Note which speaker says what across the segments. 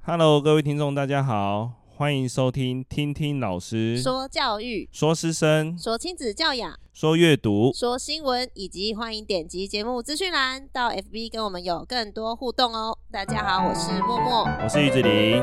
Speaker 1: Hello，各位听众，大家好，欢迎收听听听老师
Speaker 2: 说教育、
Speaker 1: 说师生、
Speaker 2: 说亲子教养、
Speaker 1: 说阅读。
Speaker 2: 说新闻，以及欢迎点击节目资讯栏到 FB 跟我们有更多互动哦。大家好，我是默默。
Speaker 1: 我是玉子玲，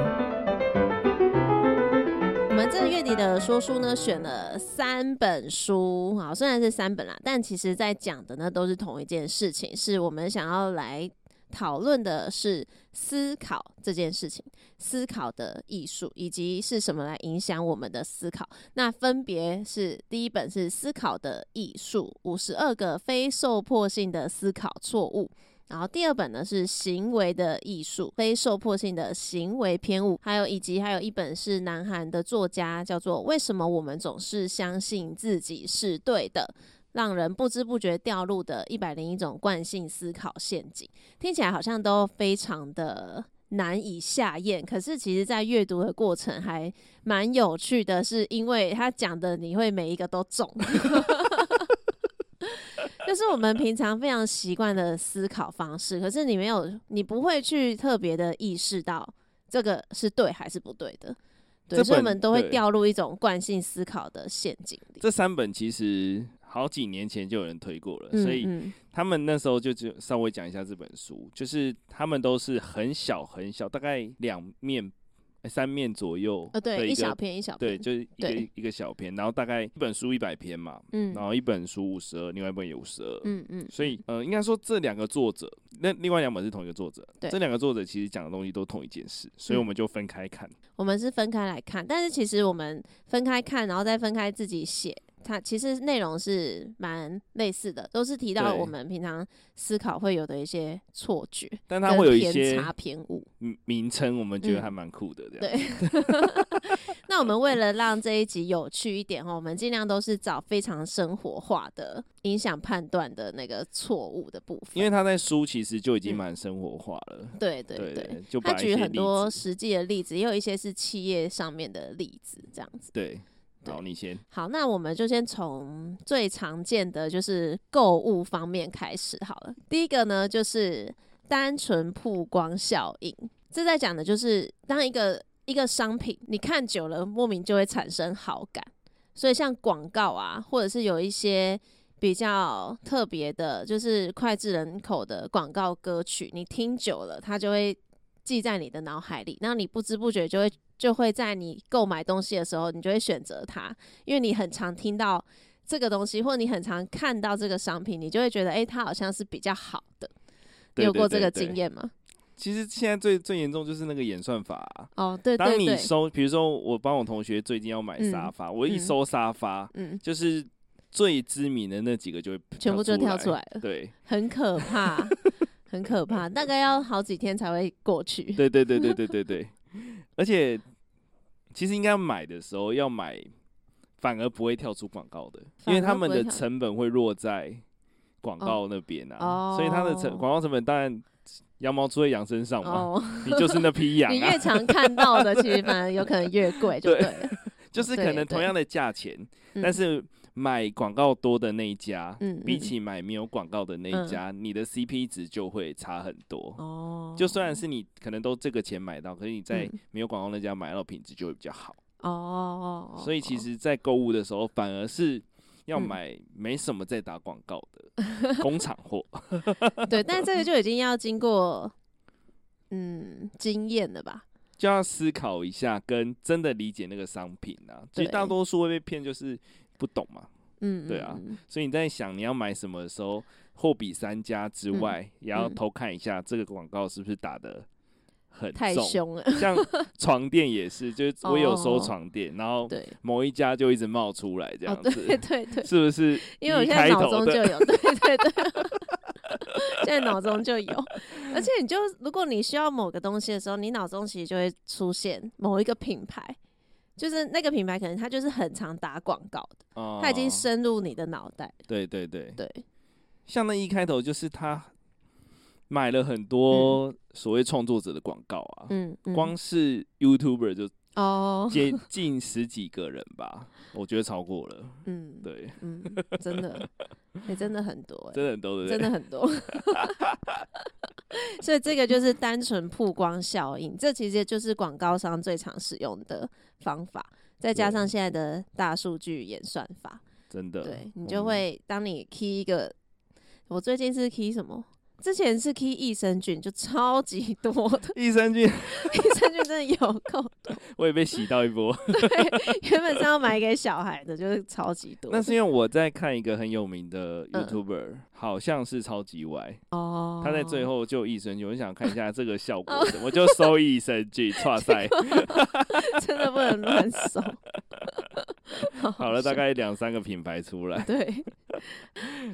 Speaker 2: 我们这个月底的说书呢，选了三本书，好，虽然是三本啦，但其实在讲的呢都是同一件事情，是我们想要来讨论的是思考这件事情，思考的艺术，以及是什么来影响我们的思考。那分别是第一本是《思考的艺术》，五十二个非受迫性的思考错误。然后第二本呢是行为的艺术，非受迫性的行为偏误，还有以及还有一本是南韩的作家叫做《为什么我们总是相信自己是对的》，让人不知不觉掉入的一百零一种惯性思考陷阱。听起来好像都非常的难以下咽，可是其实在阅读的过程还蛮有趣的，是因为他讲的你会每一个都中。 就是我们平常非常习惯的思考方式，可是你没有，你不会去特别的意识到这个是对还是不对的，对，
Speaker 3: 这
Speaker 2: 所以
Speaker 3: 本
Speaker 2: 我们都会
Speaker 3: 对
Speaker 2: 掉入一种惯性思考的陷阱里。
Speaker 3: 这三本其实好几年前就有人推过了，
Speaker 2: 嗯
Speaker 3: 所以
Speaker 2: 嗯
Speaker 3: 他们那时候就只稍微讲一下这本书，就是他们都是很小很小，大概两面、哎三面左右
Speaker 2: 呃，
Speaker 3: 的
Speaker 2: 对，
Speaker 3: 一个
Speaker 2: 一小篇一小
Speaker 3: 对，
Speaker 2: 篇，
Speaker 3: 就是一个
Speaker 2: 对
Speaker 3: 一个小篇，然后大概一本书一百篇嘛，
Speaker 2: 嗯
Speaker 3: 然后一本书五十二，另外一本也五十二，
Speaker 2: 嗯嗯，
Speaker 3: 所以呃，应该说这两个作者，那另外两本是同一个作者，
Speaker 2: 对
Speaker 3: 这两个作者其实讲的东西都同一件事，所以
Speaker 2: 嗯
Speaker 3: 我们就分开看。
Speaker 2: 我们是分开来看，但是其实我们分开看，然后再分开自己写，它其实内容是蛮类似的，都是提到
Speaker 3: 对
Speaker 2: 我们平常思考会有的一些错觉，
Speaker 3: 但它
Speaker 2: 跟
Speaker 3: 会有一
Speaker 2: 偏
Speaker 3: 些
Speaker 2: 差偏误。
Speaker 3: 名名称，我们觉得
Speaker 2: 嗯
Speaker 3: 还蛮酷的，这样。
Speaker 2: 对， 那我们为了让这一集有趣一点哈，我们尽量都是找非常生活化的影响判断的那个错误的部分，
Speaker 3: 因为他在书其实就已经
Speaker 2: 嗯
Speaker 3: 蛮生活化了，
Speaker 2: 对对对。
Speaker 3: 对，就把
Speaker 2: 他
Speaker 3: 一
Speaker 2: 举
Speaker 3: 些
Speaker 2: 很
Speaker 3: 例
Speaker 2: 多
Speaker 3: 子
Speaker 2: 实际的例子，也有一些是企业上面的例子，这样子。
Speaker 3: 对。
Speaker 2: 对
Speaker 3: 好，你先。
Speaker 2: 好，那我们就先从最常见的就是购物方面开始好了。第一个呢，就是单纯曝光效应，这在讲的就是当一个一个商品你看久了，莫名就会产生好感。所以像广告啊，或者是有一些比较特别的，就是脍炙人口的广告歌曲，你听久了，它就会记在你的脑海里，那你不知不觉就会就会在你购买东西的时候，你就会选择它，因为你很常听到这个东西，或你很常看到这个商品，你就会觉得，诶，它好像是比较好的。你
Speaker 3: 对
Speaker 2: 有
Speaker 3: 对
Speaker 2: 过这
Speaker 3: 对
Speaker 2: 个
Speaker 3: 对
Speaker 2: 经验吗？
Speaker 3: 其实现在最最严重就是那个演算法啊、
Speaker 2: 哦，对
Speaker 3: 当
Speaker 2: 对
Speaker 3: 你
Speaker 2: 对，
Speaker 3: 搜，比如说我帮我同学最近要买
Speaker 2: 嗯
Speaker 3: 沙发，我一
Speaker 2: 嗯
Speaker 3: 搜沙发，
Speaker 2: 嗯，
Speaker 3: 就是最知名的那几个就会
Speaker 2: 全部就跳出
Speaker 3: 出
Speaker 2: 来了，
Speaker 3: 对，
Speaker 2: 很可怕，很可怕，大概要好几天才会过去。
Speaker 3: 对对对对对对对。而且其实应该买的时候要买，反而不会跳出广告的，因为
Speaker 2: 反而
Speaker 3: 他们
Speaker 2: 不
Speaker 3: 的
Speaker 2: 会跳
Speaker 3: 成本会落在广告那边啊，
Speaker 2: 哦
Speaker 3: 所以它的成
Speaker 2: 哦
Speaker 3: 广告成本当然羊毛出在羊身上嘛，
Speaker 2: 哦，
Speaker 3: 你就是那匹羊
Speaker 2: 你
Speaker 3: 啊
Speaker 2: 越，常看 到的，其实反而有可能越贵，就
Speaker 3: 对
Speaker 2: 对了。
Speaker 3: 就是可
Speaker 2: 对
Speaker 3: 能同
Speaker 2: 对
Speaker 3: 样的价钱，
Speaker 2: 嗯
Speaker 3: 但是买广告多的那一家。
Speaker 2: 嗯，
Speaker 3: 比
Speaker 2: 嗯
Speaker 3: 起买没有广告的那
Speaker 2: 嗯
Speaker 3: 一家，你的 CP 值就会差很多。
Speaker 2: 哦，
Speaker 3: 就虽然是你可能都这个钱买到，可是你在
Speaker 2: 嗯
Speaker 3: 没有广告那家买到品质就会比较好。
Speaker 2: 哦哦，哦
Speaker 3: 所以其
Speaker 2: 哦
Speaker 3: 实，在购物的时候，反而是要
Speaker 2: 嗯
Speaker 3: 买没什么在打广告的工厂货。
Speaker 2: 哦对，但这个就已经要经过嗯经验了吧？
Speaker 3: 就要思考一下，跟真的理解那个商品啊。其实
Speaker 2: 对
Speaker 3: 大多数会被骗，就是不懂嘛。
Speaker 2: 嗯，
Speaker 3: 对啊
Speaker 2: 嗯，嗯
Speaker 3: 所以你在想你要买什么的时候，货比三家之
Speaker 2: 嗯
Speaker 3: 外，也要
Speaker 2: 嗯
Speaker 3: 偷看一下这个广告是不是打的很
Speaker 2: 太
Speaker 3: 重。
Speaker 2: 凶了，
Speaker 3: 像床垫也是，就是我有收
Speaker 2: 哦
Speaker 3: 床垫，然后
Speaker 2: 对，
Speaker 3: 某一家就一直冒出来这
Speaker 2: 哦，
Speaker 3: 样
Speaker 2: 对
Speaker 3: 子，
Speaker 2: 对对，
Speaker 3: 是不是？
Speaker 2: 因为我
Speaker 3: 呃一
Speaker 2: 现在
Speaker 3: 开
Speaker 2: 脑
Speaker 3: 头
Speaker 2: 中
Speaker 3: 的
Speaker 2: 就有，对对对，现在脑中就有，而且你就如果你需要某个东西的时候，你脑中其实就会出现某一个品牌，就是那个品牌可能它就是很常打广告的，它已经
Speaker 3: 哦
Speaker 2: 深入你的脑袋了，
Speaker 3: 对对对，
Speaker 2: 对，
Speaker 3: 像那一开头就是他买了很多所谓创作者的广告啊，
Speaker 2: 嗯，嗯
Speaker 3: 光是 YouTuber 就
Speaker 2: 哦，
Speaker 3: 接近十几个人吧，我觉得超过了。
Speaker 2: 嗯，
Speaker 3: 对，
Speaker 2: 嗯，真的，也真的很多、欸，
Speaker 3: 真的很多，对不对？
Speaker 2: 真的很多。 所以这个就是单纯曝光效应，这其实就是广告商最常使用的方法，再加上现在的大数据演算法，
Speaker 3: 真的，
Speaker 2: 对你
Speaker 3: 我
Speaker 2: 就
Speaker 3: 们
Speaker 2: 会当你 key 一个，我最近是 key 什么？之前是 key 益生菌，就超级多 的
Speaker 3: 嗯益生菌，
Speaker 2: 益生菌，真的有够多。
Speaker 3: 我也被洗到一 波。
Speaker 2: 原本是要买给小孩的，就是超级多的。
Speaker 3: 那是因为我在看一个很有名的
Speaker 2: 嗯
Speaker 3: YouTuber，、好像是超级歪，
Speaker 2: 哦，
Speaker 3: 他在最后就益生菌，我就想看一下这个效果是什么，我就搜益生 菌，哇塞，
Speaker 2: 真的不能乱 搜。
Speaker 3: 好了，大概两三个品牌出来，
Speaker 2: 对，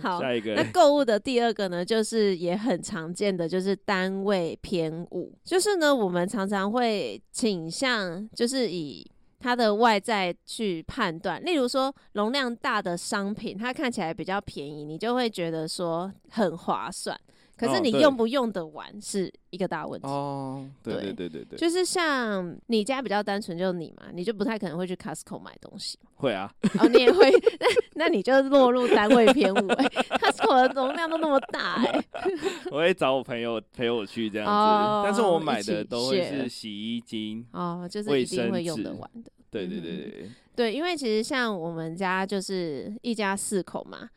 Speaker 2: 好。
Speaker 3: 下一个
Speaker 2: 那购物的第二个呢，就是也很常见的，就是单位偏误。就是呢，我们常常会倾向就是以它的外在去判断，例如说容量大的商品，它看起来比较便宜，你就会觉得说很划算。可是
Speaker 3: 哦
Speaker 2: 你
Speaker 3: 对
Speaker 2: 用不用得完是一个大问题。
Speaker 3: 哦，对对
Speaker 2: 对
Speaker 3: 对对对，
Speaker 2: 就是像你家比较单纯，就是你嘛，你就不太可能会去 Costco 买东西。
Speaker 3: 会啊，
Speaker 2: 哦，你也会，那那你就落入单位偏误、欸。Costco 的容量都那么大、欸， 哎，
Speaker 3: 我会找我朋友陪我去这样子，
Speaker 2: 哦
Speaker 3: 但是我买
Speaker 2: 一起
Speaker 3: 的都会是
Speaker 2: share
Speaker 3: 洗衣精，
Speaker 2: 哦，就是
Speaker 3: 卫
Speaker 2: 一定
Speaker 3: 生
Speaker 2: 会用
Speaker 3: 纸
Speaker 2: 得完的。
Speaker 3: 对对对
Speaker 2: 嗯
Speaker 3: 对，
Speaker 2: 对，因为其实像我们家就是一家四口嘛，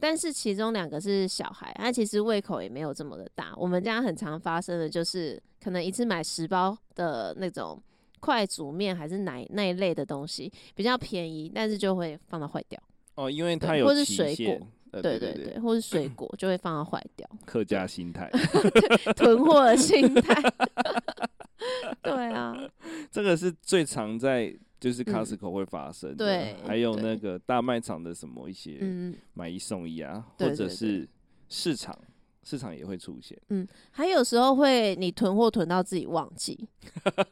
Speaker 2: 但是其中两个是小孩，他其实胃口也没有这么的大。我们家很常发生的就是，可能一次买十包的那种快煮面还是奶那一类的东西，比较便宜，但是就会放到坏掉。
Speaker 3: 哦，因为
Speaker 2: 对
Speaker 3: 它有
Speaker 2: 或是
Speaker 3: 期
Speaker 2: 水
Speaker 3: 限
Speaker 2: 果，
Speaker 3: 呃
Speaker 2: 对
Speaker 3: 对
Speaker 2: 对对，，或是水果就会放到坏掉。
Speaker 3: 客家心态，
Speaker 2: 囤货的心态。 对啊，
Speaker 3: 这个是最常在就是
Speaker 2: 嗯
Speaker 3: Costco 会发生的，
Speaker 2: 对
Speaker 3: 还有
Speaker 2: 对
Speaker 3: 那个大卖场的什么一些
Speaker 2: 嗯，
Speaker 3: 买一送一啊，
Speaker 2: 对
Speaker 3: 或者
Speaker 2: 对对
Speaker 3: 是市场，市场也会出现，
Speaker 2: 还有时候会你囤货囤到自己忘 记，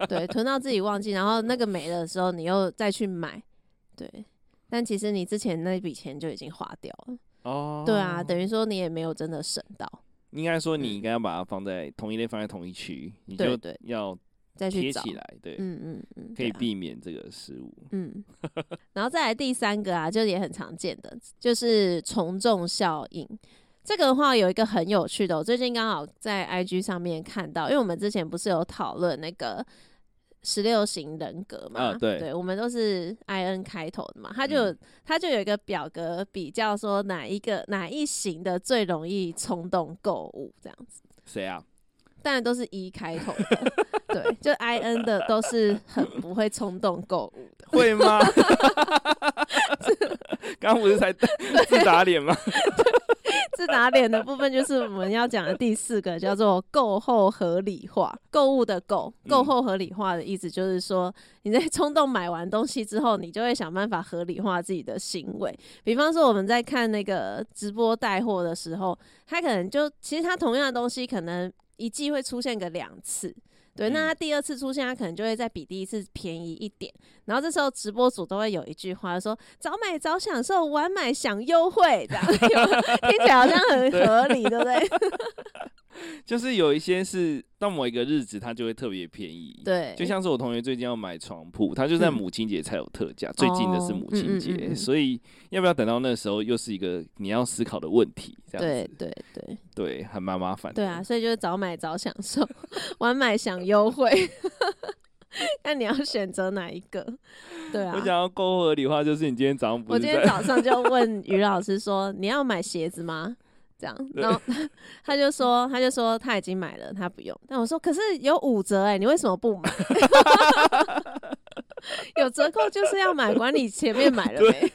Speaker 2: 对，囤到自己忘记，然后那个没了的时候，你又再去买，对。但其实你之前那笔钱就已经花掉了，
Speaker 3: 哦，
Speaker 2: 对啊，等于说你也没有真的省到，
Speaker 3: 应该说你
Speaker 2: 嗯
Speaker 3: 应该要把它放在同一类，放在同一区，你
Speaker 2: 对
Speaker 3: 就
Speaker 2: 对
Speaker 3: 要
Speaker 2: 再去
Speaker 3: 贴
Speaker 2: 找，
Speaker 3: 起来，对，
Speaker 2: 嗯嗯嗯，
Speaker 3: 可以
Speaker 2: 对啊
Speaker 3: 避免这个失误。
Speaker 2: 嗯，然后再来第三个啊，就也很常见的，就是从众效应。这个的话有一个很有趣的，我最近刚好在 IG 上面看到，因为我们之前不是有讨论那个十六型人格嘛，
Speaker 3: 啊对
Speaker 2: 我们都是 IN 开头的嘛，他就有、
Speaker 3: 嗯
Speaker 2: 他就有一个表格比较说哪一个哪一型的最容易冲动购物这样子。
Speaker 3: 谁啊？
Speaker 2: 当然都是一开头的， 对，就 I N 的都是很不会冲动购物的，
Speaker 3: 会吗？ 刚刚不是 才自打脸吗？
Speaker 2: 自打脸的部分就是我们要讲的第四个，叫做购后合理化。购物的购，
Speaker 3: 嗯
Speaker 2: 购后合理化的意思就是说，你在冲动买完东西之后，你就会想办法合理化自己的行为。比方说，我们在看那个直播带货的时候，他可能就其实他同样的东西，可能一季会出现个两次。对，
Speaker 3: 嗯
Speaker 2: 那他第二次出现，他可能就会再比第一次便宜一点。然后这时候直播组都会有一句话说：“早买早享受，晚买享优惠。” 这样有没有听起来好像很合理，对不对？
Speaker 3: 就是有一些是到某一个日子，它就会特别便宜。，
Speaker 2: 对，
Speaker 3: 就像是我同学最近要买床铺，他就在
Speaker 2: 嗯
Speaker 3: 母亲节才有特价，最近的是母亲节，
Speaker 2: 嗯嗯嗯嗯
Speaker 3: 所以要不要等到那时候，又是一个你要思考的问题。这样
Speaker 2: 对
Speaker 3: 子，
Speaker 2: 对对
Speaker 3: 对，还蛮麻烦。
Speaker 2: 对啊，，所以就是早买早享受，晚买享优惠。 那你要选择哪一个？对啊
Speaker 3: 我，想要够合理化，就是你今天早上不
Speaker 2: 我
Speaker 3: 是
Speaker 2: 今天
Speaker 3: 在
Speaker 2: 早上就问于老师说：“你要买鞋子吗？”这样，
Speaker 3: 对
Speaker 2: 然后他就说，他就说他已经买了，他不用。但我说，可是有五折哎、你为什么不买？ 有折扣就是要买，管你前面买了没。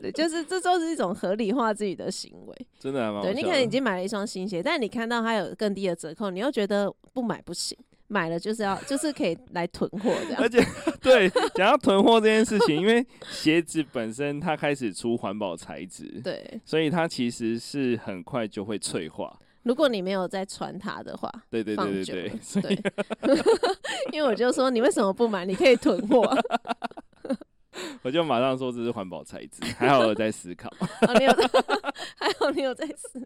Speaker 2: 对，就是这都是一种合理化自己的行为。
Speaker 3: 真的还蛮好
Speaker 2: 对你
Speaker 3: 笑
Speaker 2: 可能
Speaker 3: 的
Speaker 2: 已经买了一双新鞋，但你看到它有更低的折扣，你又觉得不买不行，买了就是要就是可以来囤货这样
Speaker 3: 而。且 对讲到囤货这件事情，因为鞋子本身它开始出环保材质，
Speaker 2: 对，
Speaker 3: 所以它其实是很快就会脆化。
Speaker 2: 如果你没有再穿它的话，
Speaker 3: 对对
Speaker 2: 放
Speaker 3: 对对
Speaker 2: 久
Speaker 3: 对
Speaker 2: 了，
Speaker 3: 所以
Speaker 2: 对，因为我就说你为什么不买？你可以囤货啊、
Speaker 3: 我就马上说这是环保材质，还好我有在思考。
Speaker 2: 哦，你有 在，还好你有在吃。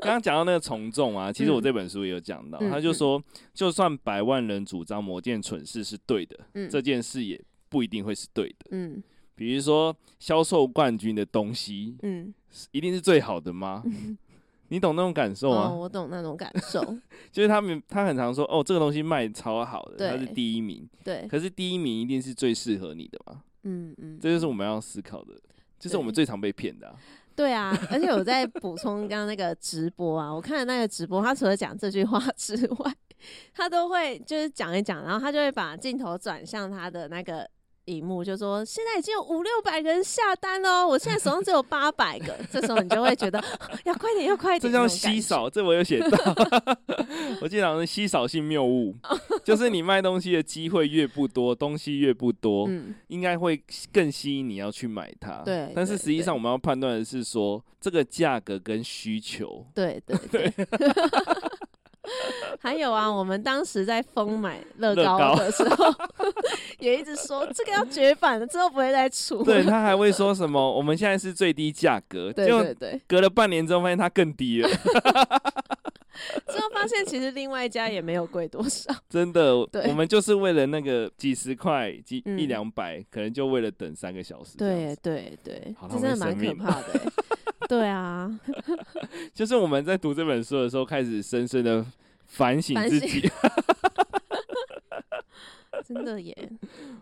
Speaker 3: 刚刚讲到那个从众啊，其实我这本书也有讲到，
Speaker 2: 嗯
Speaker 3: 他就说，就算百万人主张某件蠢事是对的，
Speaker 2: 嗯
Speaker 3: 这件事也不一定会是对的。
Speaker 2: 嗯
Speaker 3: 比如说，销售冠军的东西
Speaker 2: 嗯，
Speaker 3: 一定是最好的吗？ 你懂那种感受吗？
Speaker 2: 哦，我懂那种感受。
Speaker 3: 就是他们，他很常说，哦，这个东西卖超好的，
Speaker 2: 对
Speaker 3: 它是第一名。
Speaker 2: 对，
Speaker 3: 可是第一名一定是最适合你的嘛？
Speaker 2: 嗯嗯，
Speaker 3: 这就是我们要思考的，就是我们
Speaker 2: 对
Speaker 3: 最常被骗的啊、
Speaker 2: 对啊。而且我在补充刚刚那个直播啊，我看了那个直播，他除了讲这句话之外，他都会就是讲一讲，然后他就会把镜头转向他的那个。荧幕就说现在已经有五六百个人下单喽，我现在手上只有八百个，这时候你就会觉得 要快点，要快
Speaker 3: 这
Speaker 2: 点，
Speaker 3: 叫
Speaker 2: 那种感
Speaker 3: 稀
Speaker 2: 觉
Speaker 3: 少，这我有写到。 我记得好像是稀少性谬误，就是你卖东西的机会越不多，东西越不多，
Speaker 2: 嗯，
Speaker 3: 应该会更吸引你要去买它。
Speaker 2: 对
Speaker 3: 但是
Speaker 2: 对
Speaker 3: 实际
Speaker 2: 对
Speaker 3: 上我们要判断的是说，这个价格跟需 求。
Speaker 2: 对 对对。还有啊，我们当时在疯买乐
Speaker 3: 乐高
Speaker 2: 高的时候， 也一直说这个要绝版了，之后不会再出。
Speaker 3: 对他还会说什么？我们现在是最低价格，
Speaker 2: 对
Speaker 3: 就
Speaker 2: 对对，
Speaker 3: 隔了半年之后发现它更低 了，
Speaker 2: 之后发现其实另外一家也没有贵多 少。
Speaker 3: 真的。
Speaker 2: 对
Speaker 3: 我们就是为了那个几十块、几
Speaker 2: 嗯
Speaker 3: 一两百，可能就为了等三个小时。
Speaker 2: 对，对对
Speaker 3: 好，
Speaker 2: 这
Speaker 3: 浪费
Speaker 2: 真的蛮
Speaker 3: 生
Speaker 2: 可
Speaker 3: 命
Speaker 2: 怕的 欸、对啊，
Speaker 3: 就是我们在读这本书的时候，开始深深的反省
Speaker 2: 反
Speaker 3: 自
Speaker 2: 省
Speaker 3: 己。
Speaker 2: 真的耶，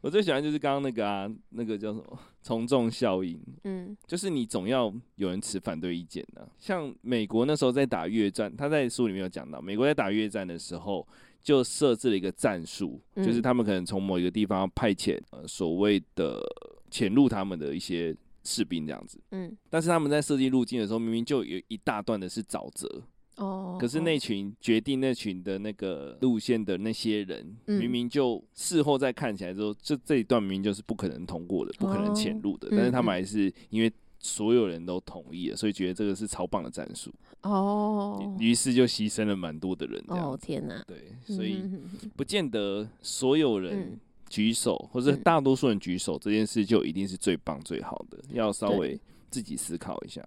Speaker 3: 我最喜欢就是刚刚那个啊，那个叫什么从众效应，
Speaker 2: 嗯
Speaker 3: 就是你总要有人持反对意见的、像美国那时候在打越战，他在书里面有讲到，美国在打越战的时候就设置了一个战术，
Speaker 2: 嗯
Speaker 3: 就是他们可能从某一个地方派遣呃所谓的呃潜入他们的一些士兵这样子。
Speaker 2: 嗯，
Speaker 3: 但是他们在设计路径的时候，明明就有一大段的是沼泽，
Speaker 2: 哦，
Speaker 3: 可是
Speaker 2: 哦
Speaker 3: 那群决定那群的那个路线的那些人，
Speaker 2: 嗯
Speaker 3: 明明就事后再看起来之后，这这一段明明就是不可能通过的，不可能潜入的，
Speaker 2: 嗯
Speaker 3: 但是他
Speaker 2: 嗯
Speaker 3: 们还是因为所有人都同意了，所以觉得这个是超棒的战术，
Speaker 2: 哦
Speaker 3: 于于是就牺牲了蛮多的人这样
Speaker 2: 哦
Speaker 3: 子。
Speaker 2: 天哪，
Speaker 3: 对，所以
Speaker 2: 嗯哼哼哼
Speaker 3: 不见得所有人
Speaker 2: 嗯
Speaker 3: 举手，或者
Speaker 2: 嗯
Speaker 3: 大多数人举手这件事就一定是最棒最好的，要稍
Speaker 2: 对
Speaker 3: 微自己思考一下，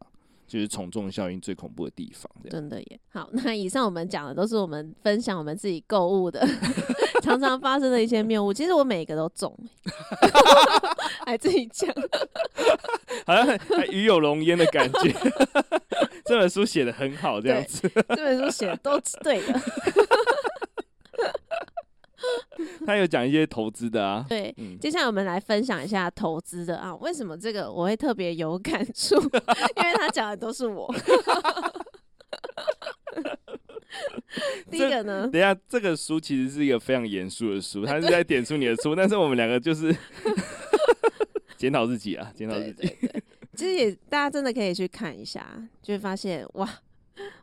Speaker 3: 就是从众效应最恐怖的地方。这样。
Speaker 2: 真的耶。好， 那以上我们讲的都是我们分享我们自己购物的 常常发生的一些谬误。其实我每个都中、欸 还自己讲。
Speaker 3: 好像还与有容焉的感觉。 这本书写的很好，这样子，
Speaker 2: 这本书写的都是对的。
Speaker 3: 他有讲一些投资的啊，
Speaker 2: 对，
Speaker 3: 嗯，
Speaker 2: 接下来我们来分享一下投资的啊，为什么这个我会特别有感触？ 因为他讲的都是我。 第一个呢，
Speaker 3: 等一下，这个书其实是一个非常严肃的书，他是在点出你的 书，但是我们两个就是检讨自己啊，检讨自
Speaker 2: 对
Speaker 3: 己。
Speaker 2: 对对，其实也大家真的可以去看一下，就会发现哇，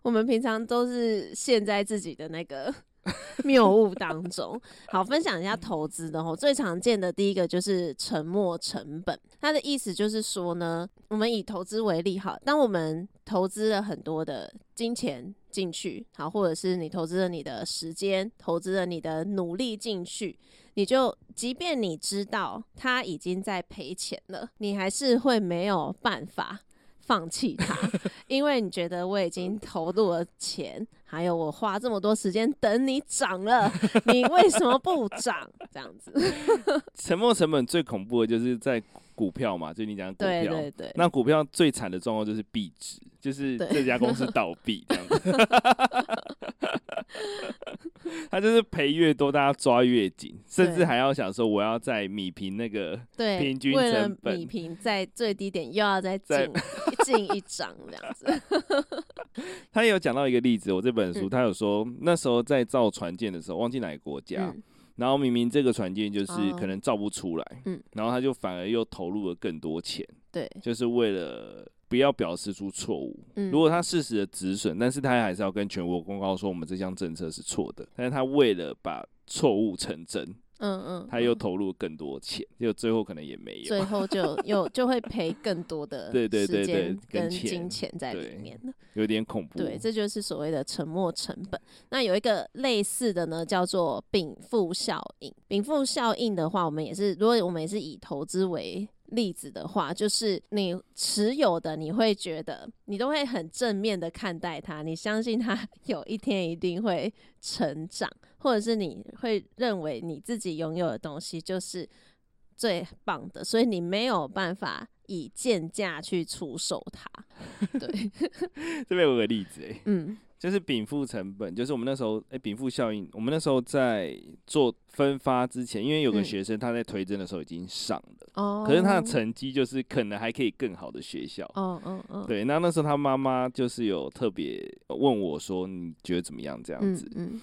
Speaker 2: 我们平常都是陷在自己的那个 谬误当中。好，分享一下投资的哦，最常见的第一个就是沉没成本，它的意思就是说呢，我们以投资为例哈，当我们投资了很多的金钱。进去好，或者是你投资了你的时间，投资了你的努力进去，你就即便你知道他已经在赔钱了，你还是会没有办法放弃 他，因为你觉得我已经投入了钱，还有我花这么多时间等你涨了，你为什么不涨？这样子，
Speaker 3: 沉没成本最恐怖的就是在股票嘛，就你讲的股
Speaker 2: 对
Speaker 3: 票
Speaker 2: 对。对，
Speaker 3: 那股票最惨的状况就是币值，就是
Speaker 2: 对
Speaker 3: 这家公 司倒闭这样子， 他就是赔越多，大家抓越紧，甚至
Speaker 2: 对
Speaker 3: 还要想说我要再米平那个
Speaker 2: 对，
Speaker 3: 平均
Speaker 2: 为了
Speaker 3: 成本
Speaker 2: 米平在最低点又要再进
Speaker 3: 再
Speaker 2: 进一涨这样子，
Speaker 3: 他有讲到一个例子，我这本书
Speaker 2: 嗯
Speaker 3: 他有说，那时候在造船舰的时候，忘记哪个国家，
Speaker 2: 嗯
Speaker 3: 然后明明这个船舰就是
Speaker 2: 哦
Speaker 3: 可能造不出来，
Speaker 2: 嗯
Speaker 3: 然后他就反而又投入了更多钱，
Speaker 2: 对，
Speaker 3: 就是为了不要表示出错误。
Speaker 2: 嗯
Speaker 3: 如果他适时的止损，但是他还是要跟全国公告说我们这项政策是错的，但是他为了把错误成真，
Speaker 2: 嗯嗯，
Speaker 3: 他又
Speaker 2: 嗯
Speaker 3: 投入更多钱，结果最后可能也没有。
Speaker 2: 最后就又就会赔更多的
Speaker 3: 对对对对
Speaker 2: 时间
Speaker 3: 跟
Speaker 2: 跟
Speaker 3: 钱
Speaker 2: 金钱在
Speaker 3: 对
Speaker 2: 里面了。
Speaker 3: 有点恐怖。
Speaker 2: 对，这就是所谓的沉没成本。那有一个类似的呢，叫做禀赋效应。禀赋效应的话，我们也是，如果我们也是以投资为例子的话，就是你持有的，你会觉得你都会很正面的看待它，你相信它 有一天一定会成长，或者是你会认为你自己拥有的东西就是最棒的，所以你没有办法以贱价去出售它。 对，
Speaker 3: 这边有个例子哎、
Speaker 2: 嗯，
Speaker 3: 就是禀赋成本，就是我们那时候哎，禀、赋效应，我们那时候在做分发之前，因为有个
Speaker 2: 嗯
Speaker 3: 学生他在推甄的时候已经上了，
Speaker 2: 哦，
Speaker 3: 可是他的成绩就是可能还可以更好的学校。
Speaker 2: 哦，嗯嗯，
Speaker 3: 对，那那时候他妈妈就是有特别问我说，你觉得怎么样？这样
Speaker 2: 嗯
Speaker 3: 子，
Speaker 2: 嗯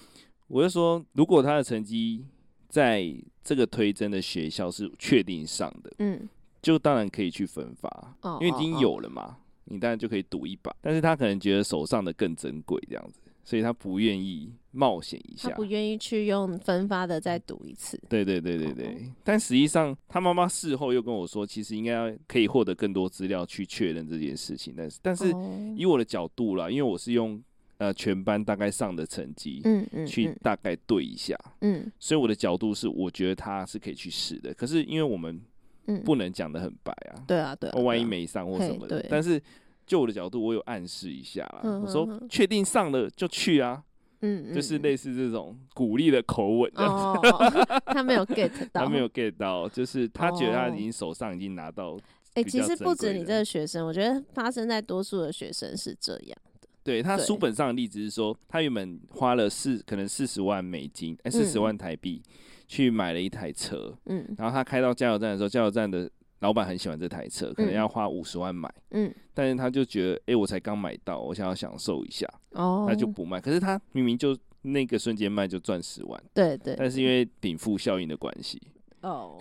Speaker 3: 我就说，如果他的成绩在这个推甄的学校是确定上的，
Speaker 2: 嗯，
Speaker 3: 就当然可以去分发，
Speaker 2: 哦
Speaker 3: 因为已经
Speaker 2: 哦哦
Speaker 3: 有了嘛，你当然就可以赌一把。但是他可能觉得手上的更珍贵这样子，所以他不愿意冒险一
Speaker 2: 他
Speaker 3: 下
Speaker 2: 不。愿意去用分发的再读一次。
Speaker 3: 对对对
Speaker 2: 哦
Speaker 3: 对对，但实际上他妈妈事后又跟我说，其实应该要可以获得更多资料去确认这件事情。但是，但是
Speaker 2: 哦
Speaker 3: 以我的角度啦，因为我是用呃全班大概上的成绩
Speaker 2: 嗯嗯
Speaker 3: 去大概对一下，
Speaker 2: 嗯
Speaker 3: 所以我的角度是我觉得他是可以去试的。可是因为我们
Speaker 2: 嗯
Speaker 3: 不能讲的很白啊，
Speaker 2: 对啊对啊，
Speaker 3: 哦万一
Speaker 2: 对啊
Speaker 3: 没上或什
Speaker 2: 嘿
Speaker 3: 么的
Speaker 2: 对。
Speaker 3: 但是就我的角度，我有暗示一下啦，
Speaker 2: 嗯
Speaker 3: 我
Speaker 2: 哼
Speaker 3: 说
Speaker 2: 哼
Speaker 3: 确定上了就去啊，
Speaker 2: 嗯
Speaker 3: 就是
Speaker 2: 嗯
Speaker 3: 类似这种鼓励的口吻这样子。
Speaker 2: 哦，哦 他 没有 get 到，
Speaker 3: 他没有 get 到，就是他觉得他
Speaker 2: 哦
Speaker 3: 已经手上已经拿到，
Speaker 2: 哎、
Speaker 3: 比
Speaker 2: 其
Speaker 3: 较
Speaker 2: 实
Speaker 3: 珍
Speaker 2: 不止
Speaker 3: 贵
Speaker 2: 你
Speaker 3: 的
Speaker 2: 这个学生，我觉得发生在多数的学生是这样。
Speaker 3: 对他
Speaker 2: 对
Speaker 3: 书本上的例子是说，他原本花了四可能四十万美金，哎四十
Speaker 2: 嗯
Speaker 3: 万台币去买了一台车，
Speaker 2: 嗯
Speaker 3: 然后他开到加油站的时候，加油站的老板很喜欢这台车，可能
Speaker 2: 嗯
Speaker 3: 要花五十万买，
Speaker 2: 嗯，
Speaker 3: 但是他就觉得，哎、我才刚买到，我想要享受一下，
Speaker 2: 哦，
Speaker 3: 他就不卖。可是他明明就那个瞬间卖就赚十万，
Speaker 2: 对对，
Speaker 3: 但是因为禀赋效应的关系，
Speaker 2: 哦，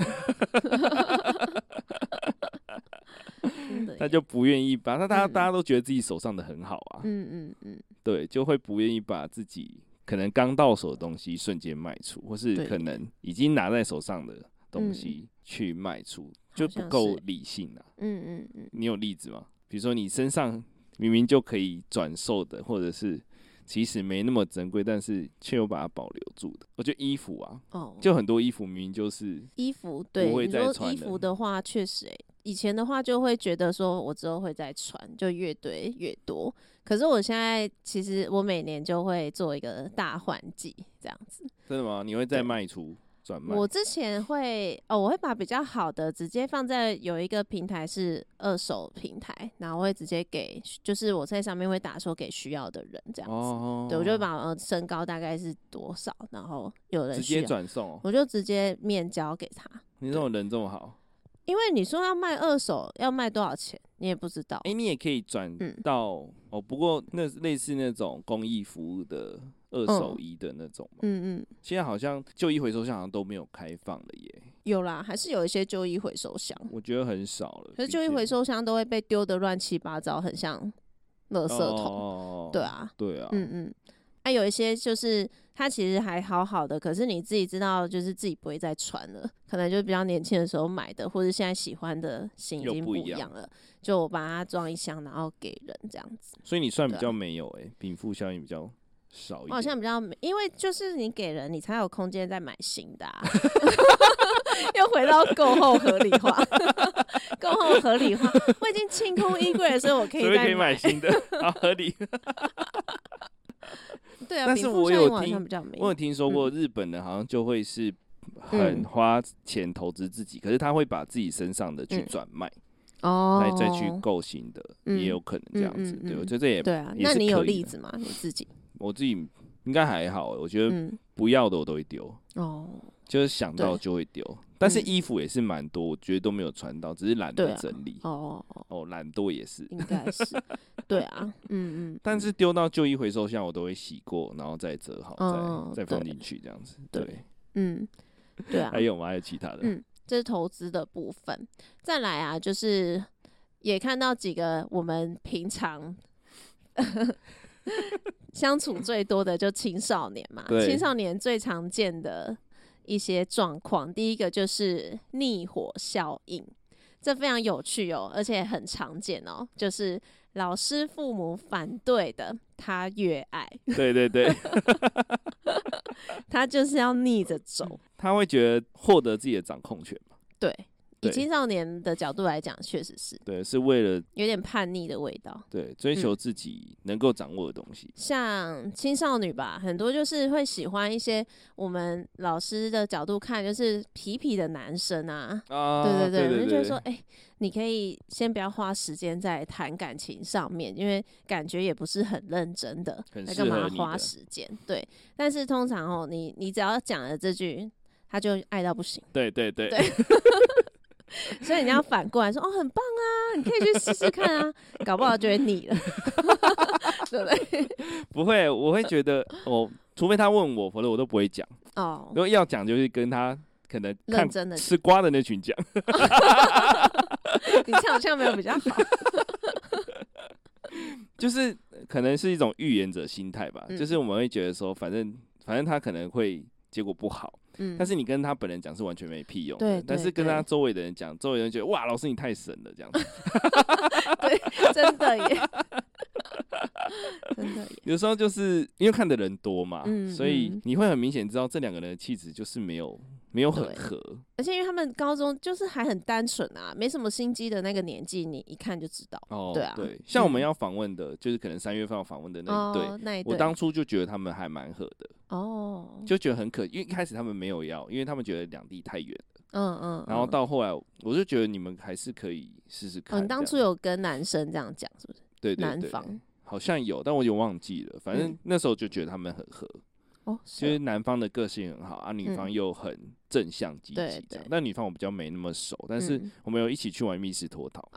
Speaker 2: 真的
Speaker 3: 他
Speaker 2: 耶
Speaker 3: 就不愿意把。那大家、
Speaker 2: 嗯
Speaker 3: 大家都觉得自己手上的很好啊，
Speaker 2: 嗯嗯嗯，
Speaker 3: 对，就会不愿意把自己可能刚到手的东西瞬间卖出，或是
Speaker 2: 对嗯
Speaker 3: 可能已经拿在手上的东西去卖出，就
Speaker 2: 好像
Speaker 3: 不够
Speaker 2: 是
Speaker 3: 理性啊。
Speaker 2: 嗯嗯嗯，
Speaker 3: 你有例子吗？比如说你身上明明就可以转售的，或者是其实没那么珍贵，但是却又把它保留住的。我觉得衣服啊，
Speaker 2: 哦，
Speaker 3: 就很多衣服明明就是
Speaker 2: 衣服对，
Speaker 3: 会
Speaker 2: 你
Speaker 3: 再
Speaker 2: 说
Speaker 3: 穿
Speaker 2: 衣
Speaker 3: 了
Speaker 2: 服的话，确实、欸，以前的话就会觉得说我之后会再穿，就越堆越多。可是我现在其实我每年就会做一个大换季，这样子。
Speaker 3: 真的吗？你会再
Speaker 2: 对
Speaker 3: 卖出转卖？
Speaker 2: 我之前会哦，我会把比较好的直接放在有一个平台是二手平台，然后我会直接给，就是我在上面会打说给需要的人这样子。
Speaker 3: 哦
Speaker 2: 对，我就会把呃身高大概是多少，然后有人
Speaker 3: 直
Speaker 2: 需
Speaker 3: 接
Speaker 2: 要，
Speaker 3: 转送哦。
Speaker 2: 我就直接面交给他。
Speaker 3: 你这种人这么好，
Speaker 2: 因为你说要卖二手要卖多少钱，你也不知道。
Speaker 3: 哎、你也可以转
Speaker 2: 嗯
Speaker 3: 到、哦，不过那类似那种公益服务的
Speaker 2: 嗯
Speaker 3: 二手衣的那种嘛，
Speaker 2: 嗯嗯，
Speaker 3: 现在好像旧衣回收箱好像都没有开放了耶，
Speaker 2: 有啦，还是有一些旧衣回收箱，
Speaker 3: 我觉得很少了。
Speaker 2: 可是旧衣回收箱都会被丢的乱七八糟，很像垃
Speaker 3: 的
Speaker 2: 圾桶。
Speaker 3: 哦、
Speaker 2: 对，啊，
Speaker 3: 对啊，
Speaker 2: 嗯嗯，还、有一些就是它其实还好好的，可是你自己知道，就是自己不会再穿了，可能就比较年轻的时候买的，或者现在喜欢的型已
Speaker 3: 又
Speaker 2: 经
Speaker 3: 不
Speaker 2: 不
Speaker 3: 一
Speaker 2: 一
Speaker 3: 样
Speaker 2: 样了，就我把它装一箱，然后给人这样子。
Speaker 3: 所以你算比
Speaker 2: 对啊
Speaker 3: 较没有哎，禀赋效应比较少一点。
Speaker 2: 我好像比较没，因为就是你给人，你才有空间再买新 的、啊。又回到购后合理化，购后合理化。我已经清空衣柜了，所以我可以
Speaker 3: 所以可
Speaker 2: 再
Speaker 3: 以买。新的， 好合理。
Speaker 2: 对啊，
Speaker 3: 但是
Speaker 2: 贫富
Speaker 3: 我
Speaker 2: 效
Speaker 3: 有
Speaker 2: 应好
Speaker 3: 听
Speaker 2: 像比较没
Speaker 3: 我有
Speaker 2: 有。
Speaker 3: 听说过日本人好像就会是很
Speaker 2: 嗯
Speaker 3: 花钱投资自己，可是他会把自己身上的去
Speaker 2: 嗯
Speaker 3: 转卖，
Speaker 2: 哦
Speaker 3: 来再去购新的，也
Speaker 2: 嗯
Speaker 3: 有可能这样子。
Speaker 2: 嗯嗯
Speaker 3: 对，我
Speaker 2: 嗯
Speaker 3: 觉得这也
Speaker 2: 对啊，
Speaker 3: 也
Speaker 2: 那
Speaker 3: 是
Speaker 2: 你
Speaker 3: 可
Speaker 2: 有
Speaker 3: 以
Speaker 2: 例
Speaker 3: 的
Speaker 2: 子 吗？你自己？
Speaker 3: 我自己应该还好欸，我觉得
Speaker 2: 嗯，
Speaker 3: 不要的我都会丢，
Speaker 2: 哦，
Speaker 3: 就是想到就会丢。
Speaker 2: 嗯
Speaker 3: 但是衣服也是蛮多，我觉得都没有穿到，只是懒
Speaker 2: 对
Speaker 3: 得
Speaker 2: 啊
Speaker 3: 整理。
Speaker 2: 哦，哦
Speaker 3: 哦，懒惰也是。
Speaker 2: 应该是，对啊，嗯嗯，
Speaker 3: 但是丢到旧衣回收箱，我都会洗过，然后再折好，
Speaker 2: 哦
Speaker 3: 再再放
Speaker 2: 对
Speaker 3: 进去这样子。
Speaker 2: 对
Speaker 3: 对，
Speaker 2: 嗯，对啊
Speaker 3: 还，有吗？还有其他的
Speaker 2: 嗯？这是投资的部分。再来啊，就是也看到几个我们平常 相处最多的，就青少年嘛。
Speaker 3: 对
Speaker 2: 青少年最常见的一些状况，第一个就是逆火效应，这非常有趣哦，而且很常见哦，就是老师、父母反对的，他越爱，
Speaker 3: 对对对，
Speaker 2: 他就是要逆着走。
Speaker 3: 嗯他会觉得获得自己的掌控权嘛？
Speaker 2: 对，以
Speaker 3: 对
Speaker 2: 青少年的角度来讲，确实是
Speaker 3: 对，是为了
Speaker 2: 有点叛逆的味道。
Speaker 3: 对追
Speaker 2: 嗯
Speaker 3: 求自己能够掌握的东西。
Speaker 2: 像青少女吧，很多就是会喜欢一些我们老师的角度看，就是痞痞的男生啊。
Speaker 3: 啊，
Speaker 2: 对
Speaker 3: 对
Speaker 2: 对，我就觉得
Speaker 3: 对
Speaker 2: 说，哎、你可以先不要花时间在谈感情上面，因为感觉也不是很认真的，
Speaker 3: 很
Speaker 2: 那
Speaker 3: 适
Speaker 2: 干
Speaker 3: 合
Speaker 2: 嘛
Speaker 3: 你
Speaker 2: 花
Speaker 3: 的
Speaker 2: 时间？对，但是通常哦，你你只要讲了这句，他就爱到不行，
Speaker 3: 对对对
Speaker 2: 对所以你要反过来说，哦，很棒啊，你可以去试试看啊，搞不好就会腻了， 对不对？
Speaker 3: 不会，我会觉得哦，除非他问我，否则我都不会讲。
Speaker 2: 哦
Speaker 3: 如，果要讲，就是跟他可能看
Speaker 2: 认真的
Speaker 3: 吃瓜的那群讲。
Speaker 2: 你这样好像没有比较好。
Speaker 3: 就是呃可能是一种预言者心态吧，
Speaker 2: 嗯
Speaker 3: 就是我们会觉得说，反正反正他可能会结果不好，
Speaker 2: 嗯，
Speaker 3: 但是你跟他本人讲是完全没屁用的，
Speaker 2: 对
Speaker 3: 但
Speaker 2: 对
Speaker 3: 是跟他
Speaker 2: 对
Speaker 3: 周围的人讲，周围的人觉得哇，老师你太神了这样子。
Speaker 2: 真的耶， 真的耶，
Speaker 3: 有时候就是因为看的人多嘛，
Speaker 2: 嗯
Speaker 3: 所以
Speaker 2: 嗯
Speaker 3: 你会很明显知道这两个人的气质就是没有没有很
Speaker 2: 对
Speaker 3: 合，
Speaker 2: 而且因为他们高中就是还很单纯啊，没什么心机的那个年纪，你一看就知道。
Speaker 3: 哦，
Speaker 2: 对啊
Speaker 3: 像我们
Speaker 2: 嗯
Speaker 3: 要访问的，就是可能三月份要访问的那一嗯对，
Speaker 2: 哦，那一对，
Speaker 3: 我当初就觉得他们还蛮合的，
Speaker 2: 哦，
Speaker 3: 就觉得很可，因为一开始他们没有要，因为他们觉得两地太远，
Speaker 2: 嗯嗯，
Speaker 3: 然后
Speaker 2: 嗯
Speaker 3: 到后来我就觉得你们还是可以试试看这样。
Speaker 2: 哦，你当初有跟男生这样讲是不是？
Speaker 3: 对对
Speaker 2: 南
Speaker 3: 对
Speaker 2: 方
Speaker 3: 好像有，但我有点忘记了，反正
Speaker 2: 嗯
Speaker 3: 那时候就觉得他们很合，
Speaker 2: 哦，
Speaker 3: 其就是男方的个性很好啊，女方又很正向积
Speaker 2: 嗯对
Speaker 3: 极这样
Speaker 2: 对。
Speaker 3: 但女方我比较没那么熟，但是
Speaker 2: 嗯
Speaker 3: 我们有一起去玩密室脱逃，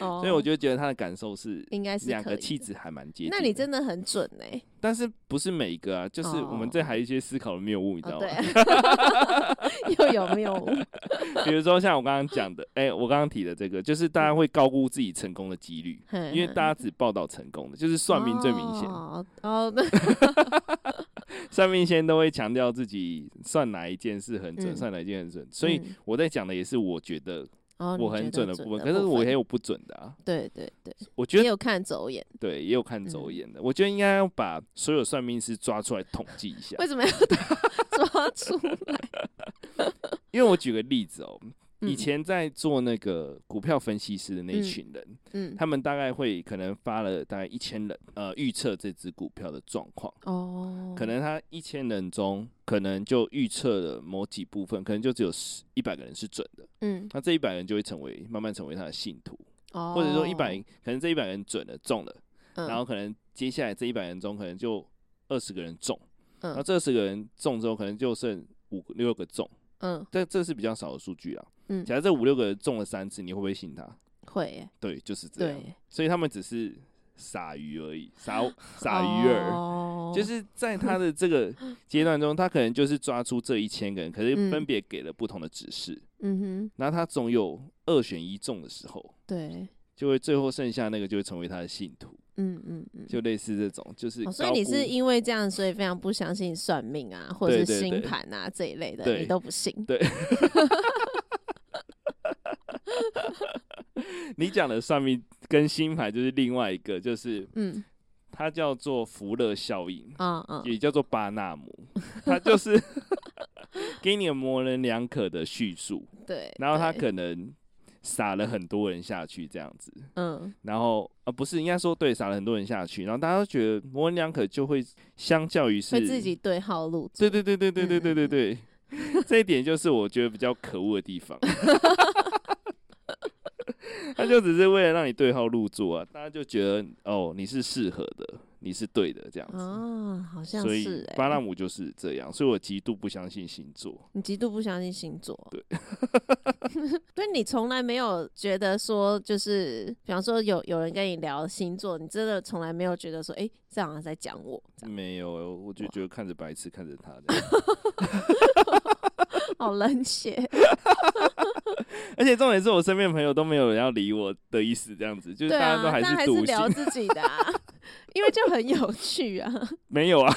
Speaker 2: 哦，
Speaker 3: 所以我就觉得他的感受是
Speaker 2: 应该是
Speaker 3: 两
Speaker 2: 可
Speaker 3: 个
Speaker 2: 以
Speaker 3: 气
Speaker 2: 的。
Speaker 3: 质还蛮接近。
Speaker 2: 那你，真的很准呢、
Speaker 3: 但是不是每一个啊？就是我们
Speaker 2: 哦
Speaker 3: 这还有一些思考的谬误，你知道
Speaker 2: 哦，
Speaker 3: 吗
Speaker 2: 对？啊， 又有没有？
Speaker 3: 比如说像我刚刚讲的，哎，我刚刚提的这个，就是大家会高估自己成功的几率。因为大家只报道成功的，就是算命最明显。
Speaker 2: 嗯哦，哦，对，
Speaker 3: 算命先都会强调自己算哪一件事很准，
Speaker 2: 嗯
Speaker 3: 算哪一件很准。所以
Speaker 2: 嗯
Speaker 3: 我在讲的也是我觉得
Speaker 2: 哦你
Speaker 3: 我
Speaker 2: 觉
Speaker 3: 很
Speaker 2: 得
Speaker 3: 准的部分，可是我也有不准的啊。
Speaker 2: 对对对，
Speaker 3: 我觉
Speaker 2: 也
Speaker 3: 得
Speaker 2: 有看走眼，
Speaker 3: 对，也有看走
Speaker 2: 嗯
Speaker 3: 眼的。我觉得应该要把所有算命师抓出来统计一下
Speaker 2: 为，什么要 抓出来？
Speaker 3: 因为我举个例子哦，
Speaker 2: 嗯
Speaker 3: 以前在做那个股票分析师的那一
Speaker 2: 嗯
Speaker 3: 群人，
Speaker 2: 嗯，
Speaker 3: 他们大概会可能发了大概一千人，呃，预测这只股票的状况。
Speaker 2: 哦，
Speaker 3: 可能他一千人中，可能就预测了某几部分，可能就只有十一百个人是准的，
Speaker 2: 嗯，
Speaker 3: 那这一百人就会成为慢慢成为他的信徒，
Speaker 2: 哦，
Speaker 3: 或者说一百，可能这一百人准了中了，
Speaker 2: 嗯，
Speaker 3: 然后可能接下来这一百人中可能就二十个人中，然后
Speaker 2: 嗯
Speaker 3: 这二十个人中之后，可能就剩五六个中，
Speaker 2: 嗯
Speaker 3: 但这是比较少的数据啊。
Speaker 2: 嗯
Speaker 3: 假，如这五六个人中了三次，你会不会信他？
Speaker 2: 会耶
Speaker 3: 对，就是这样。
Speaker 2: 对
Speaker 3: 所以他们只是傻鱼而 已，傻傻鱼儿。
Speaker 2: 哦
Speaker 3: 就是在他的这个阶段中，他可能就是抓出这一千个人，可是
Speaker 2: 嗯
Speaker 3: 分别给了不同的指示，
Speaker 2: 嗯哼，
Speaker 3: 然后他总有二选一中的时候，
Speaker 2: 对，
Speaker 3: 就会最后剩下那个就会成为他的信徒，
Speaker 2: 嗯嗯嗯，
Speaker 3: 就类似这种，就是高
Speaker 2: 哦
Speaker 3: 估、
Speaker 2: 所以你是因为这样，所以非常不相信算命啊，或者
Speaker 3: 对
Speaker 2: 是
Speaker 3: 对
Speaker 2: 星
Speaker 3: 对
Speaker 2: 盘啊这一类的，
Speaker 3: 对
Speaker 2: 你都不信。
Speaker 3: 你讲的算命跟星盘就是另外一个，就是
Speaker 2: 嗯
Speaker 3: 它叫做福勒效应，
Speaker 2: 啊啊，
Speaker 3: 也叫做巴纳 姆，它就是 给你模棱两可的叙述，
Speaker 2: 对。
Speaker 3: 然后他
Speaker 2: 对
Speaker 3: 可能撒了很多人下去这样子。
Speaker 2: 嗯
Speaker 3: 然后呃不是，应该说对，撒了很多人下去，然后大家都觉得模棱两可，就会相较于是
Speaker 2: 会自己对号入座。
Speaker 3: 对对对对对对对对
Speaker 2: 嗯
Speaker 3: 对， 这一点就是我觉得比较可恶的地方。 他就只是为了让你对号入座啊，大家就觉得哦你是适合的，你是对的这样子，
Speaker 2: 啊，好像
Speaker 3: 所
Speaker 2: 是
Speaker 3: 以
Speaker 2: 哎、
Speaker 3: 巴纳姆就是这样，所以我极度不相信星座。
Speaker 2: 你极度不相信星座，对， 所以你从来没有觉得说，就是比方说有有人跟你聊星座，你真的从来没有觉得说，哎、这好像在讲我，这样
Speaker 3: 没有，我就
Speaker 2: 哇
Speaker 3: 觉得看着白痴，看着他这样。
Speaker 2: 好冷血，
Speaker 3: 而且重点是我身边的朋友都没有人要理我的意思，这样子，就是
Speaker 2: 对
Speaker 3: 大家
Speaker 2: 啊，
Speaker 3: 都
Speaker 2: 那
Speaker 3: 还是
Speaker 2: 还
Speaker 3: 笃
Speaker 2: 是
Speaker 3: 信。
Speaker 2: 聊自己的、啊， 因为就很有趣 啊，
Speaker 3: 没有啊。